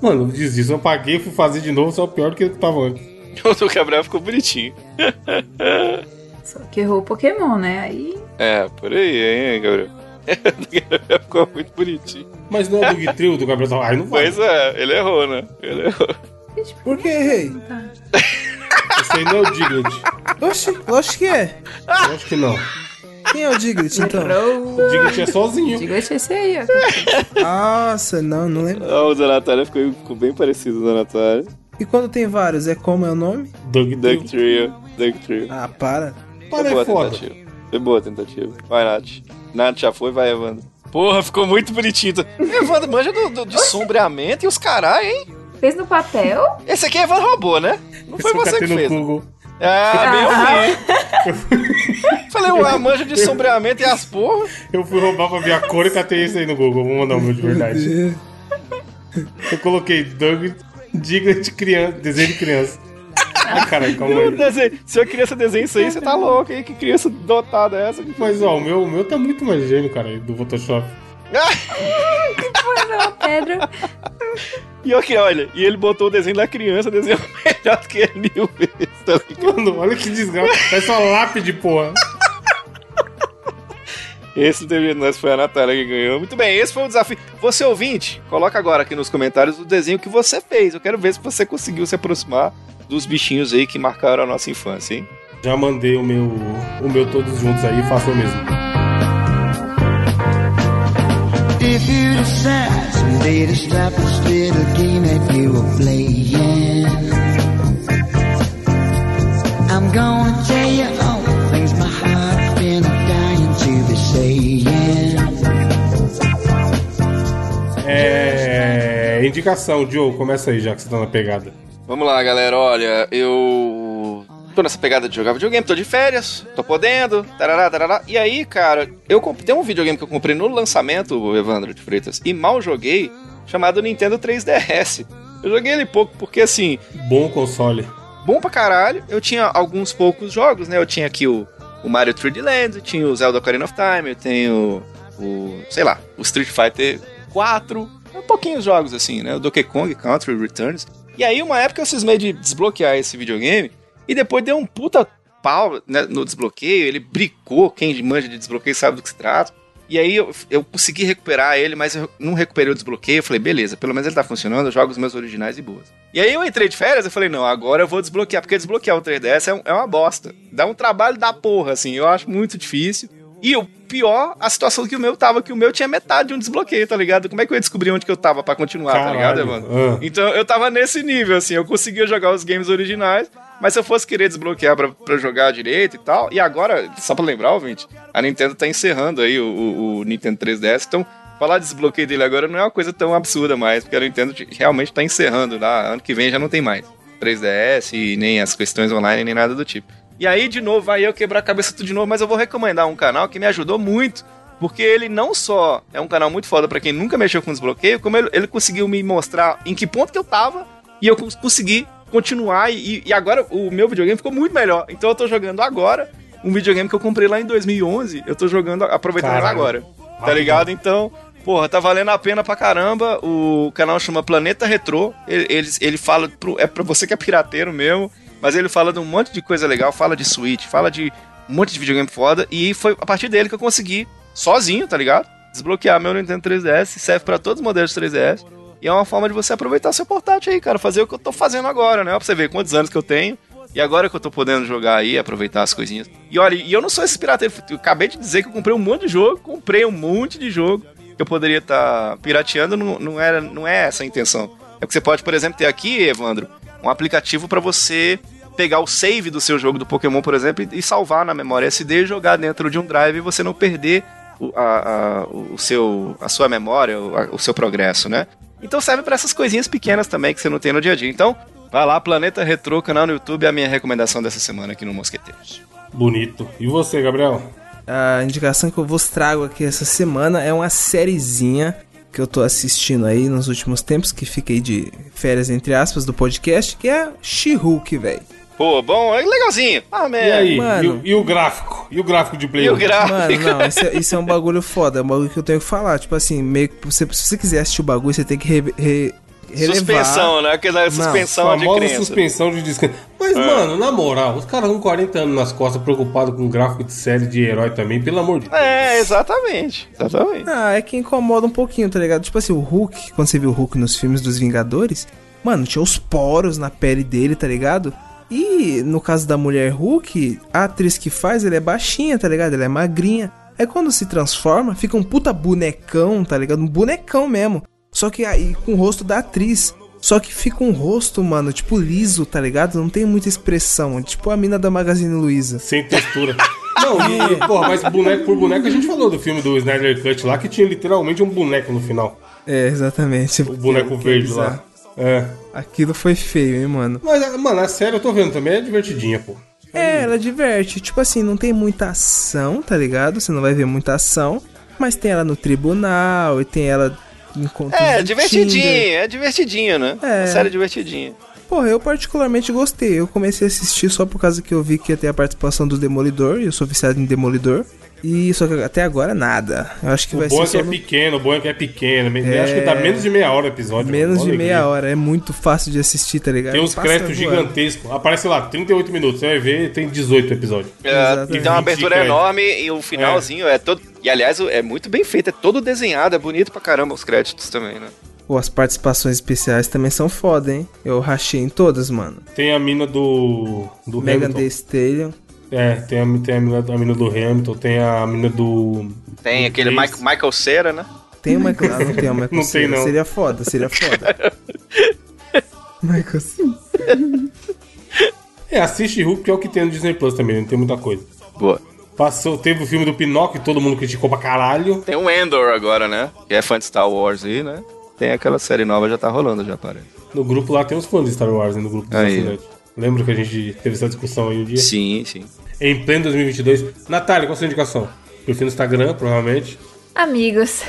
Mano, diz isso, eu paguei, fui fazer de novo, só pior do que eu tava antes.
O do Gabriel ficou bonitinho.
só que errou o Pokémon, né? Aí.
É, por aí, hein, Gabriel? (laughs) O do Gabriel ficou muito bonitinho.
Mas não é o Dug Trio do Gabriel tava. Ai, não vai.
Pois é, ele errou, né? Ele errou.
Gente, por
Por que errei?
tá?
Esse aí não é o Diglett.
Oxi, lógico que é.
Eu acho que não.
Quem é o Diglett, então?
O
Errou.
Diglett é sozinho.
Diga esse aí, ó.
Nossa, não, não lembro.
Ah, o da Natália ficou, ficou bem parecido com o da Natália.
E quando tem vários, é como é o nome?
Dug
Duck
Trio.
Trio, Duck Trio.
Ah, para.
Para
boa
é foda.
tentativa. Foi boa a tentativa. Vai, Nath. Nath já foi, vai, Evandro. Porra, ficou muito bonitinho. Evandro, manja do, do- de sombreamento e os caralho, hein?
Fez no papel?
Esse aqui é Evandro roubou, né? Não foi
Esse
você que
catei no
fez.
Google.
Ah, bem
Ah.
ouvi. (laughs) Falei, ué, manja de sombreamento e as porra.
Eu fui roubar pra ver a cor e catei isso aí no Google. Vou mandar o meu de verdade. Eu coloquei Doug Diglett criança, desenho de criança. Ah, caralho, calma
Eu
aí.
desenho- Se eu criança desenha isso aí, você tá louco, hein? Que criança dotada é essa? que faz?
Mas ó, o meu, o meu tá muito mais gênio, cara, do Photoshop.
Pois é, uma pedra.
E ok, olha, e ele botou o desenho da criança, desenhou (laughs) melhor do que ele mil vezes, tá ligado?
Mano, olha que desgraça. Parece uma lápide, porra.
Esse teve nós foi a Natália que ganhou. Muito bem, esse foi o desafio. Você ouvinte, coloca agora aqui nos comentários o desenho que você fez. Eu quero ver se você conseguiu se aproximar dos bichinhos aí que marcaram a nossa infância, hein?
Já mandei o meu, o meu todos juntos aí, faça o mesmo.
if you'd have sat somebody to stop this little game that you were playing. I'm gonna tell you all the things my heart's been dying to be saying.
É. Indicação, Joe, começa aí já que você tá na pegada.
Vamos lá, galera. Olha, eu tô nessa pegada de jogar videogame, tô de férias, tô podendo, tarará, tarará. E aí, cara, eu comp- tem um videogame que eu comprei no lançamento, Evandro de Freitas, e mal joguei, chamado Nintendo 3DS. Eu joguei ele pouco porque, assim,
Bom console.
bom pra caralho. Eu tinha alguns poucos jogos, né? Eu tinha aqui o, o Mario 3D Land, eu tinha o Zelda Ocarina of Time, eu tenho o, sei lá, o Street Fighter 4, um pouquinhos jogos assim, né? O Donkey Kong Country Returns. E aí, uma época eu cismei de desbloquear esse videogame e depois deu um puta pau né, no desbloqueio, ele bricou, quem manja de desbloqueio sabe do que se trata. E aí eu, eu consegui recuperar ele, mas eu não recuperei o desbloqueio. Eu falei, beleza, pelo menos ele tá funcionando, eu jogo os meus originais e boas. E aí eu entrei de férias, eu falei, não, agora eu vou desbloquear, porque desbloquear o 3DS é, um- é uma bosta. Dá um trabalho da porra, assim, eu acho muito difícil. E o pior, a situação que o meu tava, que o meu tinha metade de um desbloqueio, tá ligado? Como é que eu ia descobrir onde que eu tava pra continuar, tá ligado,
Caralho.
Evandro?
Ah.
Então eu tava nesse nível, assim, eu conseguia jogar os games originais, mas se eu fosse querer desbloquear pra, pra jogar direito e tal, e agora, só pra lembrar, ouvinte, a Nintendo tá encerrando aí o, o- o Nintendo 3DS, então falar de desbloqueio dele agora não é uma coisa tão absurda mais, porque a Nintendo realmente tá encerrando lá, ano que vem já não tem mais 3DS e nem as questões online, nem nada do tipo. E aí, de novo, vai eu quebrar a cabeça tudo de novo, mas eu vou recomendar um canal que me ajudou muito, porque ele não só é um canal muito foda pra quem nunca mexeu com desbloqueio, como ele, ele conseguiu me mostrar em que ponto que eu tava e eu cons- consegui continuar. E, e agora o meu videogame ficou muito melhor. Então eu tô jogando agora um videogame que eu comprei lá em 2011. Eu tô jogando, aproveitando ele
Caralho.
agora.
Ah.
Tá ligado? Então, porra, tá valendo a pena pra caramba. O canal chama Planeta Retrô. Ele, ele, ele fala. Pro, é pra você que é pirateiro mesmo. Mas ele fala de um monte de coisa legal. Fala de Switch, fala de um monte de videogame foda. E foi a partir dele que eu consegui, sozinho, tá ligado? Desbloquear meu Nintendo 3DS. Serve pra todos os modelos de 3DS. E é uma forma de você aproveitar seu portátil aí, cara. Fazer o que eu tô fazendo agora, né? Pra você ver quantos anos que eu tenho. E agora que eu tô podendo jogar aí, aproveitar as coisinhas. E olha, e eu não sou esse pirateiro. Eu acabei de dizer que eu comprei um monte de jogo. Comprei um monte de jogo que eu poderia estar pirateando. Não, não, era, não é essa a intenção. É que você pode, por exemplo, ter aqui, Evandro, um aplicativo pra você pegar o save do seu jogo do Pokémon, por exemplo, e e salvar na memória SD e jogar dentro de um drive e você não perder o, a, a- o seu, a sua memória, o, a- o seu progresso, né? Então serve pra essas coisinhas pequenas também que você não tem no dia a dia. Então, vai lá, Planeta Retro, canal no YouTube, é a minha recomendação dessa semana aqui no Mosqueteiros.
Bonito. E você, Gabriel?
A indicação que eu vos trago aqui essa semana é uma sériezinha que eu tô assistindo aí nos últimos tempos, que fiquei de férias, entre aspas, do podcast, que é She-Hulk, velho.
Pô, bom, é legalzinho. Ah,
E
merda.
aí? E,
mano.
o- e o gráfico? E o gráfico de Play?
E o
um?
gráfico?
Mano, não, isso é, isso é um bagulho foda, é um bagulho que eu tenho que falar. Tipo assim, meio que você, se você quiser assistir o bagulho, você tem que re, re- relevar.
(laughs) Suspensão, né? Aquela suspensão de Ah.
Famosa
crença.
suspensão de descanso. Mas, mano, na moral, os caras com 40 anos nas costas preocupados com gráfico de série de herói também, pelo amor de Deus.
É, exatamente. Exatamente.
Ah, é que incomoda um pouquinho, tá ligado? Tipo assim, o Hulk, quando você viu o Hulk nos filmes dos Vingadores, mano, tinha os poros na pele dele, tá ligado? E no caso da mulher Hulk, a atriz que faz, ela é baixinha, tá ligado? Ela é magrinha. Aí quando se transforma, fica um puta bonecão, tá ligado? Um bonecão mesmo. Só que aí com o rosto da atriz. Só que fica um rosto, mano, tipo liso, tá ligado? Não tem muita expressão. Tipo a mina da Magazine Luiza.
Sem textura. (laughs) Não, e, porra, mas boneco por boneco, a gente falou do filme do Snyder Cut lá, que tinha literalmente um boneco no final.
É, exatamente.
O boneco verde lá. É.
Aquilo foi feio, hein, mano?
Mas, é, mano, a série eu tô vendo também, é divertidinha, pô.
É, ela diverte. Tipo assim, não tem muita ação, tá ligado? Você não vai ver muita ação. Mas tem ela no tribunal e tem ela em contos
É,
de
divertidinho,
Tinder.
é divertidinho, né?
É.
É. Série divertidinha.
Porra, eu particularmente gostei. Eu comecei a assistir só por causa que eu vi que ia ter a participação do Demolidor. E eu sou viciado em Demolidor. E só que até agora nada. Eu acho que
O
vai
bom
ser
é que
só
é
no- É.
pequeno, o bom é que é pequeno. Me- Acho que dá menos de meia hora o episódio.
menos
mano, mó
de
alegria.
meia hora. É muito fácil de assistir, tá ligado?
Tem uns
Passa
créditos
voando.
gigantescos. Aparece lá, 38 minutos. Você vai ver, tem 18 episódios.
É,
Exatamente.
tem uma abertura
Ridículo, é.
enorme e o finalzinho é. todo. E aliás, é muito bem feito, é todo desenhado, é bonito pra caramba os créditos também, né?
Pô, as participações especiais também são foda, hein? Eu rachei em todas, mano.
Tem a mina do. do
Megan
Hamilton.
Thee Stallion.
É, tem, a, tem a, mina, a mina do Hamilton, tem a mina do.
Tem
do
aquele
Chris.
Mi- Michael Cera, né?
Tem o Michael Cera? Não tem o Michael
Não tem,
Cera.
não.
Seria foda, seria foda. Michael Cera.
É, assiste Hulk, que é o que tem no Disney Plus também, não tem muita coisa.
Boa.
Passou, teve o filme do Pinóquio, todo mundo criticou pra caralho.
Tem o Endor agora, né? Que é fã de Star Wars aí, né? Tem aquela série nova já tá rolando, já parece.
No grupo lá tem uns fãs de Star Wars, né, no grupo dos
Aí.
assinantes. Lembra que a gente teve essa discussão aí um dia?
Sim, sim.
Em pleno 2022. Natália, qual a sua indicação? Perfil no Instagram, provavelmente.
Amigos,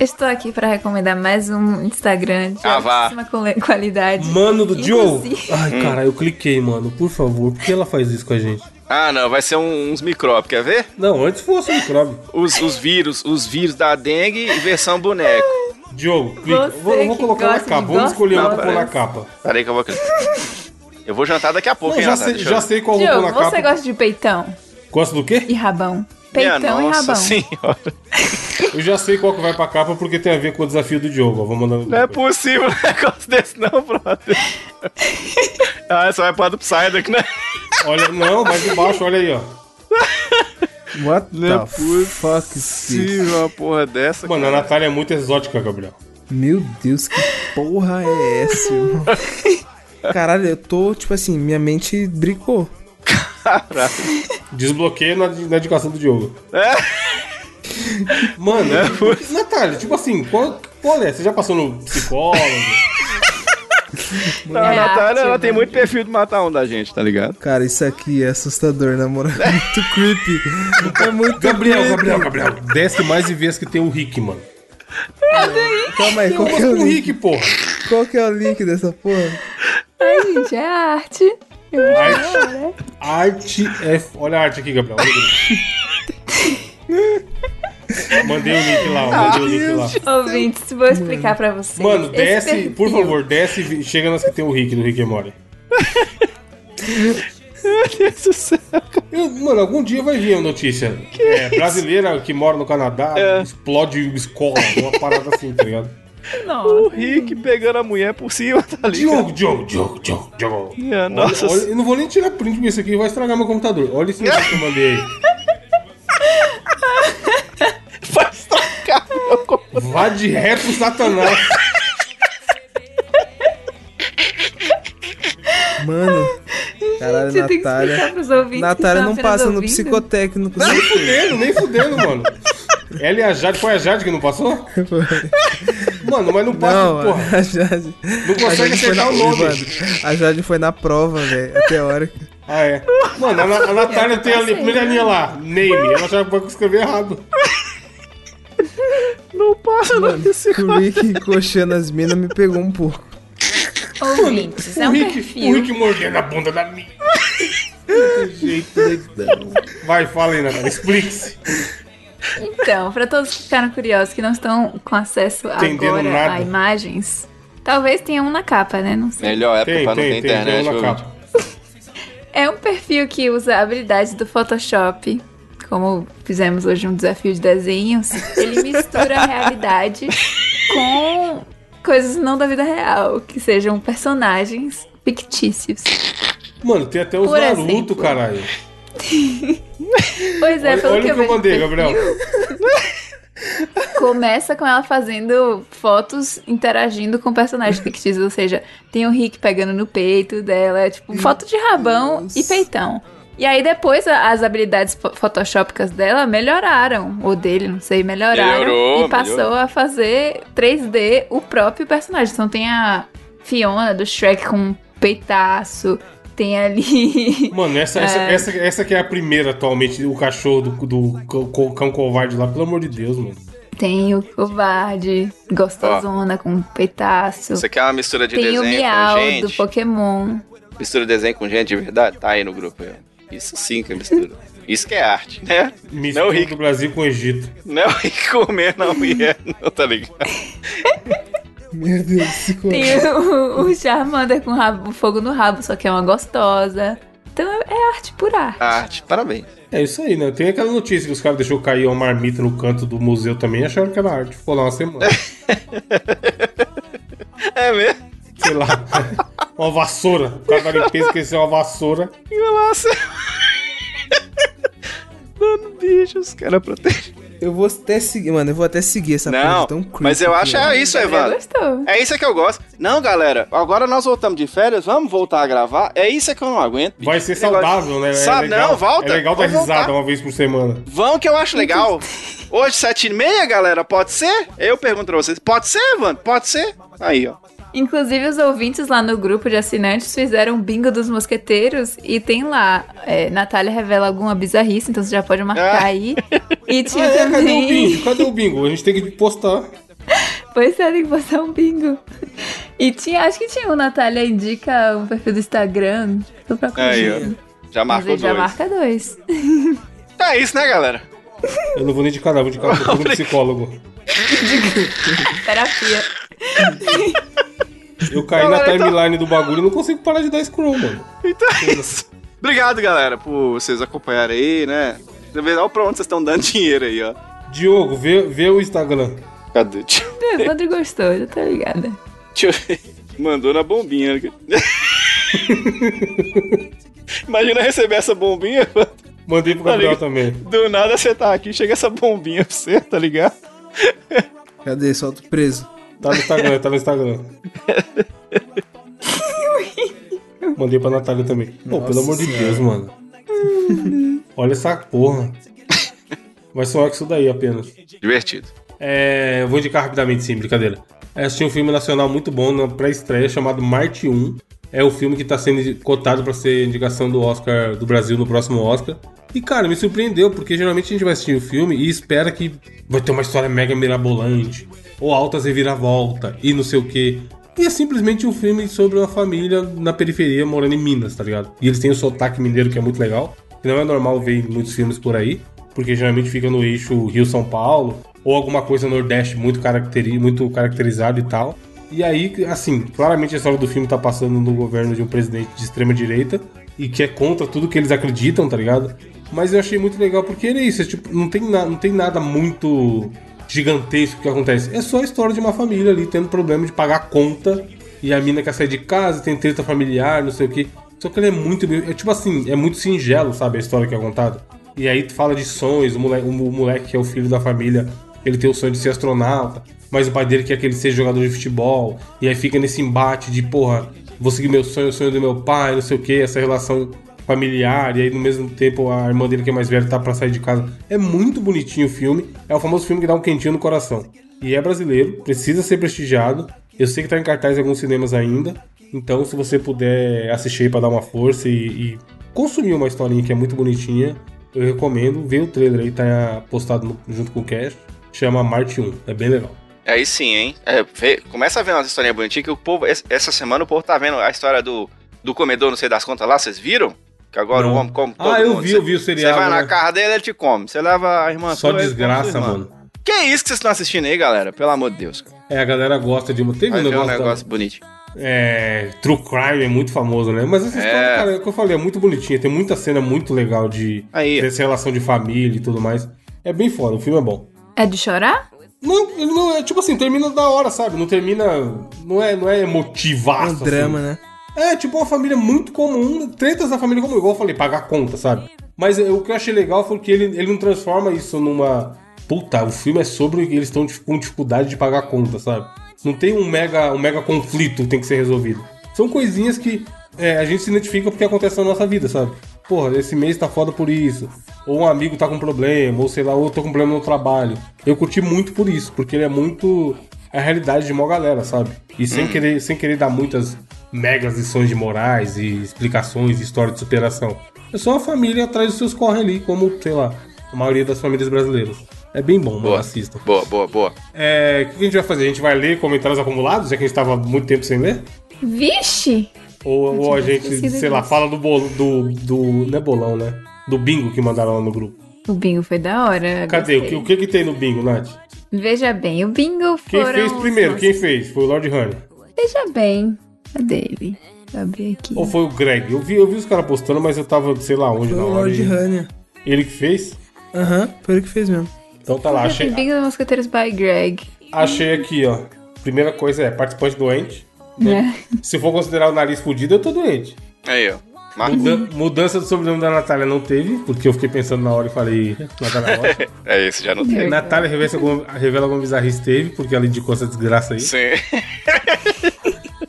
estou aqui para recomendar mais um Instagram de
Ah, vá.
altíssima quali- qualidade.
Mano do Joe!
Inclusive-
Ai,
Hum.
cara, eu cliquei, mano. Por favor, por que ela faz isso com a gente?
Ah, não, vai ser um- uns micróbios, quer ver?
Não, antes fosse o micróbio.
Os, os vírus, os vírus da dengue e versão boneco.
Diogo, clica.
Você
Vou, vou
que
colocar na
gosta de
capa. Vamos
gostos
escolher uma
Não,
pra pôr na
parece.
capa.
Peraí que eu vou clicar. Eu vou jantar daqui a pouco,
Não,
hein,
já,
Natália?
sei,
Deixa
já
eu-
sei qual vou pôr
Diogo,
na
você
capa.
gosta de peitão
Gosta do quê?
e rabão?
Minha
Peitão e
nossa
rabão.
senhora.
Eu já sei qual que vai pra capa porque tem a ver com o desafio do Diogo. ó, Vou mandar no
Não é
grupo.
possível um negócio desse, não, (laughs) brother. ah, essa vai pra do Psyduck, né?
Olha, não, mais embaixo, olha aí, ó.
What
Não é
the fuck is this?
Possível uma porra dessa.
Mano, a Natália é muito exótica, Gabriel.
Meu Deus, que porra é essa, irmão? Caralho, eu tô, tipo assim, minha mente brincou.
Desbloqueio na, na indicação do Diogo. É? Mano, Natália, tipo assim, qual, qual é? Você já passou no psicólogo?
Não, a
É
Natália,
arte,
ela tem
mano.
muito perfil de matar um da gente, tá ligado?
Cara, isso aqui é assustador, na moral. É muito creepy. É muito
Gabriel,
creepy.
Gabriel, Gabriel. Desce mais e vê que tem o Rick, mano.
Calma aí, qual
Como
que,
assim
é o
o
link?
Rick, porra?
qual que é o link dessa porra?
Ai, gente, é arte. Eu vou
Arte, arte é. f- Olha a arte aqui, Gabriel. olha o link. Mandei o link lá, ó, mandei o link lá.
Ouvintes, vou explicar pra vocês.
Mano,
Esse
desce, por
perfil-
favor, desce e vi- chega nas que tem o Rick do Rick and Morty. Eu- mano, algum dia vai vir a notícia. é, brasileira que mora no Canadá explode escola, uma parada assim, tá ligado?
O
Nossa.
Rick pegando a mulher por cima, tá
Diogo,
ligado?
Diogo, Diogo, Diogo, Diogo.
Minha
Olha-
nossa
olha- eu não vou nem tirar print porque isso aqui vai estragar meu computador. Olha esse negócio que eu mandei aí.
vai estragar meu computador.
Vá de ré pro Satanás.
Mano, caralho,
Gente, eu tenho que explicar tá
Natália.
pros ouvintes.
Natália
que
não
estão apenas
passa no
ouvindo.
psicotécnico.
Nem fudendo, nem fudendo, mano. Ela e a Jade, foi a Jade que não passou? Mano, mas não passa,
Não,
porra.
(laughs) a Jade.
Não
A
consegue
Jade, foi na,
acertar
tá
o nome.
Evandro, a Jade foi na prova, velho. É
(laughs)
teórica.
Ah, é. Mano, a, Na- a Natália tem
Assim.
ali, a primeira linha lá. Name. Ela já vai escrever errado.
Não passa, não. Esse
O Rick encoxando as minas me pegou um pouco.
Ouvintes, é
o,
um
Rick, o
perfil.
Rick mordendo a bunda da minha. Não tem jeito, doidão. Vai, fala aí, Natália. Explique-se.
Então, pra todos que ficaram curiosos, que não estão com acesso
Entendendo
agora
nada.
a imagens, talvez tenha um na capa, né? Não sei.
Melhor época
Tem,
pra não ter
tem, tem. tem
internet,
uma na
viu, gente?
capa.
É um perfil que usa a habilidade do Photoshop, como fizemos hoje um desafio de desenhos. (laughs) Ele mistura a realidade com coisas não da vida real, que sejam personagens fictícios.
Mano, tem até os
Por
Naruto,
exemplo.
caralho.
Pois é,
Olha-
pelo
olha
que
o que eu
vejo
mandei,
no perfil, Começa com ela fazendo fotos interagindo com personagens fictícios, ou seja, tem o Rick pegando no peito dela, é tipo foto de rabão e peitão. E aí depois a- as habilidades fo- photoshópicas dela melhoraram, ou dele, não sei, melhoraram
Melhorou,
e passou
melhorou.
a fazer 3D o próprio personagem. Então tem a Fiona do Shrek com um peitaço, tem ali (laughs)
Mano, essa, essa, essa, essa que é a primeira atualmente, o cachorro do, do co- co- cão covarde lá, pelo amor de Deus, mano.
Tem o covarde, gostosona com um peitaço.
Você quer é uma mistura de
Tem o
desenho
Miau
com
do
gente?
Pokémon.
Mistura desenho com gente de verdade? Tá aí no grupo. aí. Isso sim que é mistura. Isso que é arte, né?
Mistura
Não,
do
Rick.
Brasil com o Egito.
Não é comer na mulher, não, tá ligado?
Meu Deus, esse
Tem (laughs) o, o Charmander com rabo- fogo no rabo, só que é uma gostosa. Então é- é arte pura arte.
Arte, parabéns.
É isso aí, né? Tem aquela notícia que os caras deixou cair uma marmita no canto do museu também e acharam que era arte. Ficou lá uma
(laughs)
semana.
É mesmo?
Sei lá. (laughs) Uma vassoura. O cara da limpeza esqueceu uma vassoura.
Que Nossa. Mano, bicho, os caras protegem.
Eu vou até seguir, mano, eu vou até seguir essa
Não,
parte tão creepy.
mas eu acho
que é.
é isso,
Gabriel
Evandro.
gostou.
É isso é que eu gosto. Não, galera, agora nós voltamos de férias, vamos voltar a gravar. É isso é que eu não aguento. bicho.
Vai ser
Esse negócio-
saudável, né? É
Sabe,
legal-
não, volta.
É legal dar
Vamos
risada
voltar.
uma vez por semana.
Vão que eu acho legal. Hoje, sete e meia, galera, pode ser? Eu pergunto pra vocês, pode ser, Evandro? Pode ser? Aí, ó.
Inclusive, os ouvintes lá no grupo de assinantes fizeram um bingo dos mosqueteiros e tem lá. É, Natália revela alguma bizarrice, então você já pode marcar
Ah. (laughs)
aí. E
Ah,
tinha
é, cadê o
também.
bingo? Cadê o bingo? A gente tem que postar.
Pois é, tem que postar um bingo. E tinha, acho que tinha o Natália Indica, um perfil do Instagram. Tô procurando.
Aí, ó. Já
Mas
marcou
ele já
dois.
marca dois.
É isso, né, galera?
Eu não vou nem de canal, vou de canal
(laughs)
com um psicólogo.
Terapia.
Eu caí na timeline do bagulho e não consigo parar de dar scroll, mano.
Então é isso. Obrigado, galera, por vocês acompanharem aí, né? Na verdade, olha pra onde vocês estão dando dinheiro aí, ó.
Diogo, vê, vê o Instagram.
Cadê? Deixa eu-
(laughs) O Evandro gostou, já tá ligada.
deixa eu ver. Mandou na bombinha. né? (laughs) Imagina receber essa bombinha, mano.
Mandei pro
Tá
Gabriel
ligado?
também.
do nada você tá aqui, chega essa bombinha pra você, tá ligado?
Cadê? Solto preso.
Tá no Instagram, tá no Instagram. Mandei pra Natália também. Pô,
Nossa
pelo amor de
Senhora.
Deus, mano. Olha essa porra. Vai soar que isso daí apenas.
Divertido.
É, eu vou indicar rapidamente, sim, brincadeira. É, assisti um filme nacional muito bom na pré-estreia chamado Marte 1. É o filme que está sendo cotado para ser indicação do Oscar do Brasil no próximo Oscar. E, cara, me surpreendeu, porque geralmente a gente vai assistir o filme e espera que vai ter uma história mega mirabolante, ou altas reviravolta, e não sei o quê. E é simplesmente um filme sobre uma família na periferia morando em Minas, tá ligado? E eles têm o sotaque mineiro que é muito legal, que não é normal ver em muitos filmes por aí, porque geralmente fica no eixo Rio-São Paulo, ou alguma coisa nordeste muito, caracteri muito caracterizado e tal. E aí, assim, claramente a história do filme tá passando no governo de um presidente de extrema direita e que é contra tudo que eles acreditam, tá ligado? Mas eu achei muito legal porque ele é isso, é, tipo, não tem, na- não tem nada muito gigantesco que acontece. É só a história de uma família ali tendo problema de pagar a conta e a mina quer sair de casa, tem treta familiar, não sei o quê. Só que ele é muito. É tipo assim, é muito singelo, sabe? A história que é contada. E aí tu fala de sonhos, o moleque, o moleque que é o filho da família, ele tem o sonho de ser astronauta, mas o pai dele quer que ele seja jogador de futebol, e aí fica nesse embate de, porra, vou seguir meu sonho, o sonho do meu pai, não sei o que, essa relação familiar, e aí no mesmo tempo a irmã dele que é mais velha tá pra sair de casa. É muito bonitinho o filme, é o famoso filme que dá um quentinho no coração. E é brasileiro, precisa ser prestigiado. Eu sei que tá em cartaz em alguns cinemas ainda, então se você puder assistir aí pra dar uma força e, e consumir uma historinha que é muito bonitinha, eu recomendo, vê o trailer aí, tá postado no- junto com o cast. Chama Marte 1, é bem legal.
Aí sim, hein? É, vê- começa a ver umas historinhas bonitinhas que o povo. es- Essa semana o povo tá vendo a história do, do comedor, não sei das contas lá, vocês viram? Que agora
Não.
o homem come todo
Ah, eu
mundo.
vi,
Cê-
eu vi o seriado,
Você vai na
né?
casa dele, ele te come. Você leva a irmã
Só
sua, ele come
desgraça,
sua irmã.
mano.
Que isso que vocês estão assistindo aí, galera? Pelo amor de Deus. cara.
É, a galera gosta de. Teve
Vai
um
ver um
negócio.
negócio bonito.
É, True Crime é muito famoso, né? Mas essa história,
É.
cara, é o que eu falei, é muito bonitinha. Tem muita cena muito legal de.
Aí.
dessa relação de família e tudo mais. É bem foda, o filme é bom.
É de chorar?
Não, ele não é tipo assim, termina da hora, sabe? Não termina. Não é, não é
É
emotivaço.
um drama,
assim.
né?
É, tipo uma família muito comum, tretas da família comum, igual eu falei, pagar conta, sabe? Mas é, o que eu achei legal foi que ele, ele não transforma isso numa. Puta, o filme é sobre eles estão dif- com dificuldade de pagar conta, sabe? Não tem um mega, um mega conflito que tem que ser resolvido. São coisinhas que é, a gente se identifica porque acontece na nossa vida, sabe? Porra, esse mês tá foda por isso. Ou um amigo tá com problema, ou sei lá, ou eu tô com problema no trabalho. Eu curti muito por isso, porque ele é muito a realidade de uma galera, sabe? E
Hum.
sem, querer, sem querer dar muitas megas lições de morais e explicações e história de superação. É só uma família atrás dos seus corre ali, como, sei lá, a maioria das famílias brasileiras. É bem bom, mano,
Boa.
assista.
Boa, boa, boa.
É, o que a gente vai fazer? A gente vai ler comentários acumulados, já que a gente tava há muito tempo sem ler?
Vixe!
Ou, ou a gente,
esquecido
sei lá,
disso.
fala do bolo, do, do. Não é bolão, né? Do bingo que mandaram lá no grupo.
O bingo foi da hora.
Cadê? O que,
gostei.
o que que tem no bingo, Nath?
Veja bem, o bingo
Quem
foram...
fez
os
primeiro?
nossos-
Quem fez? Foi o Lord Honey.
Veja bem. Cadê ele? Vou abrir aqui.
Ou foi o Greg? Eu vi, eu vi os caras postando, mas eu tava, sei lá onde
Foi
na
o
hora.
Lord
e-
Hania.
Ele que fez?
Aham, foi ele que fez mesmo.
Então tá lá, achei,
Bingo dos Mosqueteiros by Greg.
achei aqui, ó. Primeira coisa é, participante doente.
Né?
Se for considerar o nariz fudido, eu tô doente.
Aí, ó. Marcos.
Muda- mudança do sobrenome da Natália não teve, porque eu fiquei pensando na hora e falei Natália Rocha.
(laughs) É esse, já não tem.
Natália revela alguma, revela alguma bizarrice teve, porque ela indicou essa desgraça aí.
Sim. (laughs)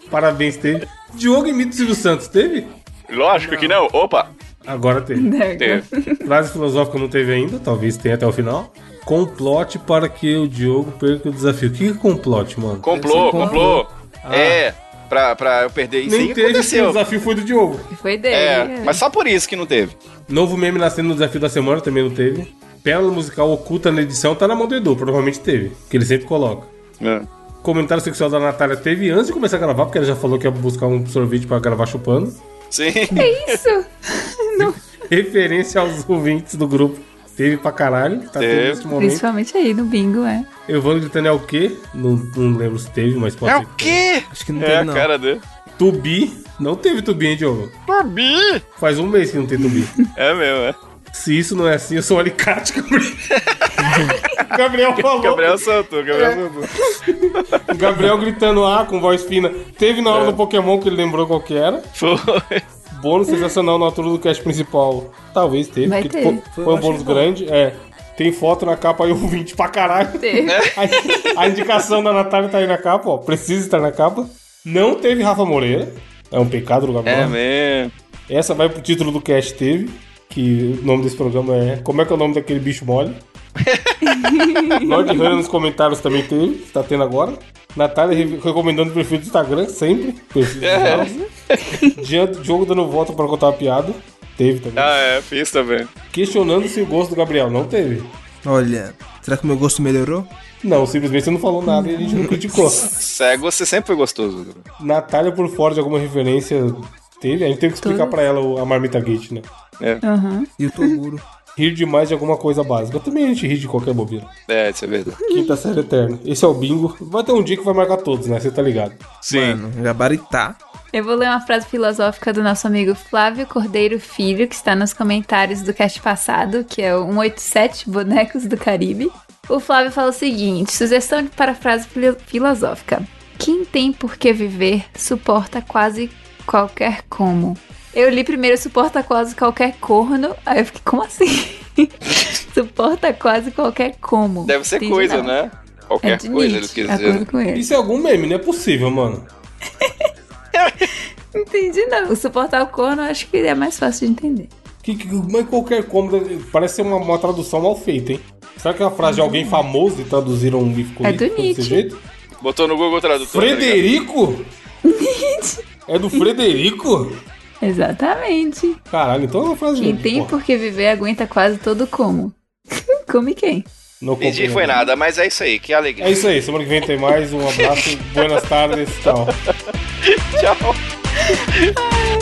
Parabéns, teve. Diogo imita o Silvio Santos, teve?
Lógico que não. Opa,
Agora teve.
teve.
Frase filosófica não teve ainda, talvez tenha até o final. Complote para que o Diogo perca o desafio. O que é complote, mano?
Complô, complô.
Ah.
É, pra, pra eu perder isso aí
Nem teve, porque o
aconteceu.
desafio foi do Diogo.
Foi dele. né?
É, mas só por isso que não teve.
Novo meme nascendo no desafio da semana também não teve. Pérola musical oculta na edição tá na mão do Edu, provavelmente teve, que ele sempre coloca.
Né?
Comentário sexual da Natália teve antes de começar a gravar, porque ela já falou que ia buscar um sorvete pra gravar chupando. (laughs)
Sim.
É isso.
Referência aos ouvintes do grupo. Teve pra caralho, tá tendo
Teve.
nesse momento.
Principalmente aí no bingo, é.
Evandro gritando é o quê? Não, não lembro se teve, mas pode
É
ser.
o quê?
Acho que não
É
tem,
a
não.
cara dele.
Tubi. Não teve tubi, hein, Diogo?
Babi!
Faz um mês que não tem tubi.
É mesmo, é.
se isso não é assim, eu sou um alicate,
(laughs)
Gabriel. Gabriel falou.
Gabriel Santo, Gabriel
É.
Santo.
O Gabriel gritando ah com voz fina. Teve na
É.
hora do Pokémon que ele lembrou qual que era.
Foi.
Bônus sensacional na altura do cast principal. Talvez teve,
Vai
porque
ter.
tipo, foi, um bônus grande. É. Tem foto na capa aí, ouvinte pra caralho.
Teve.
A, a indicação da Natália tá aí na capa, ó. Precisa estar na capa. Não teve Rafa Moreira. É um pecado do Gabriel.
É mesmo.
Essa vai pro título do cast teve, que o nome desse programa é Como é que é o nome daquele bicho mole? Lord Hunter nos comentários também teve, tá tendo agora. Natália re- recomendando o perfil do Instagram, sempre. Perfil do Instagram. Diante- Diogo dando volta pra contar uma piada. Teve também.
Ah, é, fiz também.
Questionando se o gosto do Gabriel. Não teve.
Olha, será que o meu gosto melhorou?
Não, simplesmente você não falou nada e a gente não criticou.
Cego, você sempre foi gostoso. Gabriel.
Natália, por fora de alguma referência, teve. A gente teve que explicar pra ela o- a Marmita Gate, né?
Aham.
E o Toguro?
Rir demais de alguma coisa básica. Também a gente ri de qualquer bobeira.
É, isso é verdade.
Quinta série eterna. Esse é o bingo. Vai ter um dia que vai marcar todos, né? Você tá ligado?
Sim.
Mano, gabaritar.
Eu vou ler uma frase filosófica do nosso amigo Flávio Cordeiro Filho, que está nos comentários do cast passado, que é o 187 Bonecos do Caribe. O Flávio fala o seguinte: sugestão de- para frase fili- filosófica. Quem tem por que viver suporta quase qualquer como. Eu li primeiro suporta quase qualquer corno, aí eu fiquei, como assim? (laughs) suporta quase qualquer como.
Deve ser
Entendi
coisa,
nada.
né?
É
Qualquer
de
coisa, ele
Nietzsche,
quis
de
dizer. né?
acordo com ele.
Isso é algum meme, não é possível, mano.
Entendi, não. Suportar o corno eu acho que é mais fácil de entender.
Que, que, mas qualquer cômodo parece ser uma, uma tradução mal feita, hein? Será que é uma frase de alguém famoso e traduziram um livro com
É
isso,
do
desse
Nietzsche.
jeito?
Botou no Google Tradutor. tá ligado?
(laughs)
Frederico? é do Frederico?
Exatamente.
Caralho, então é uma frase
Quem
mesmo,
tem
porra.
por que viver aguenta quase todo como. (laughs) come quem?
Não
Entendi,
compreendo.
foi nada, mas é isso aí, que alegria.
É isso aí, semana que vem tem mais. Um abraço, buenas tardes, tchau.
Tchau.
Ai,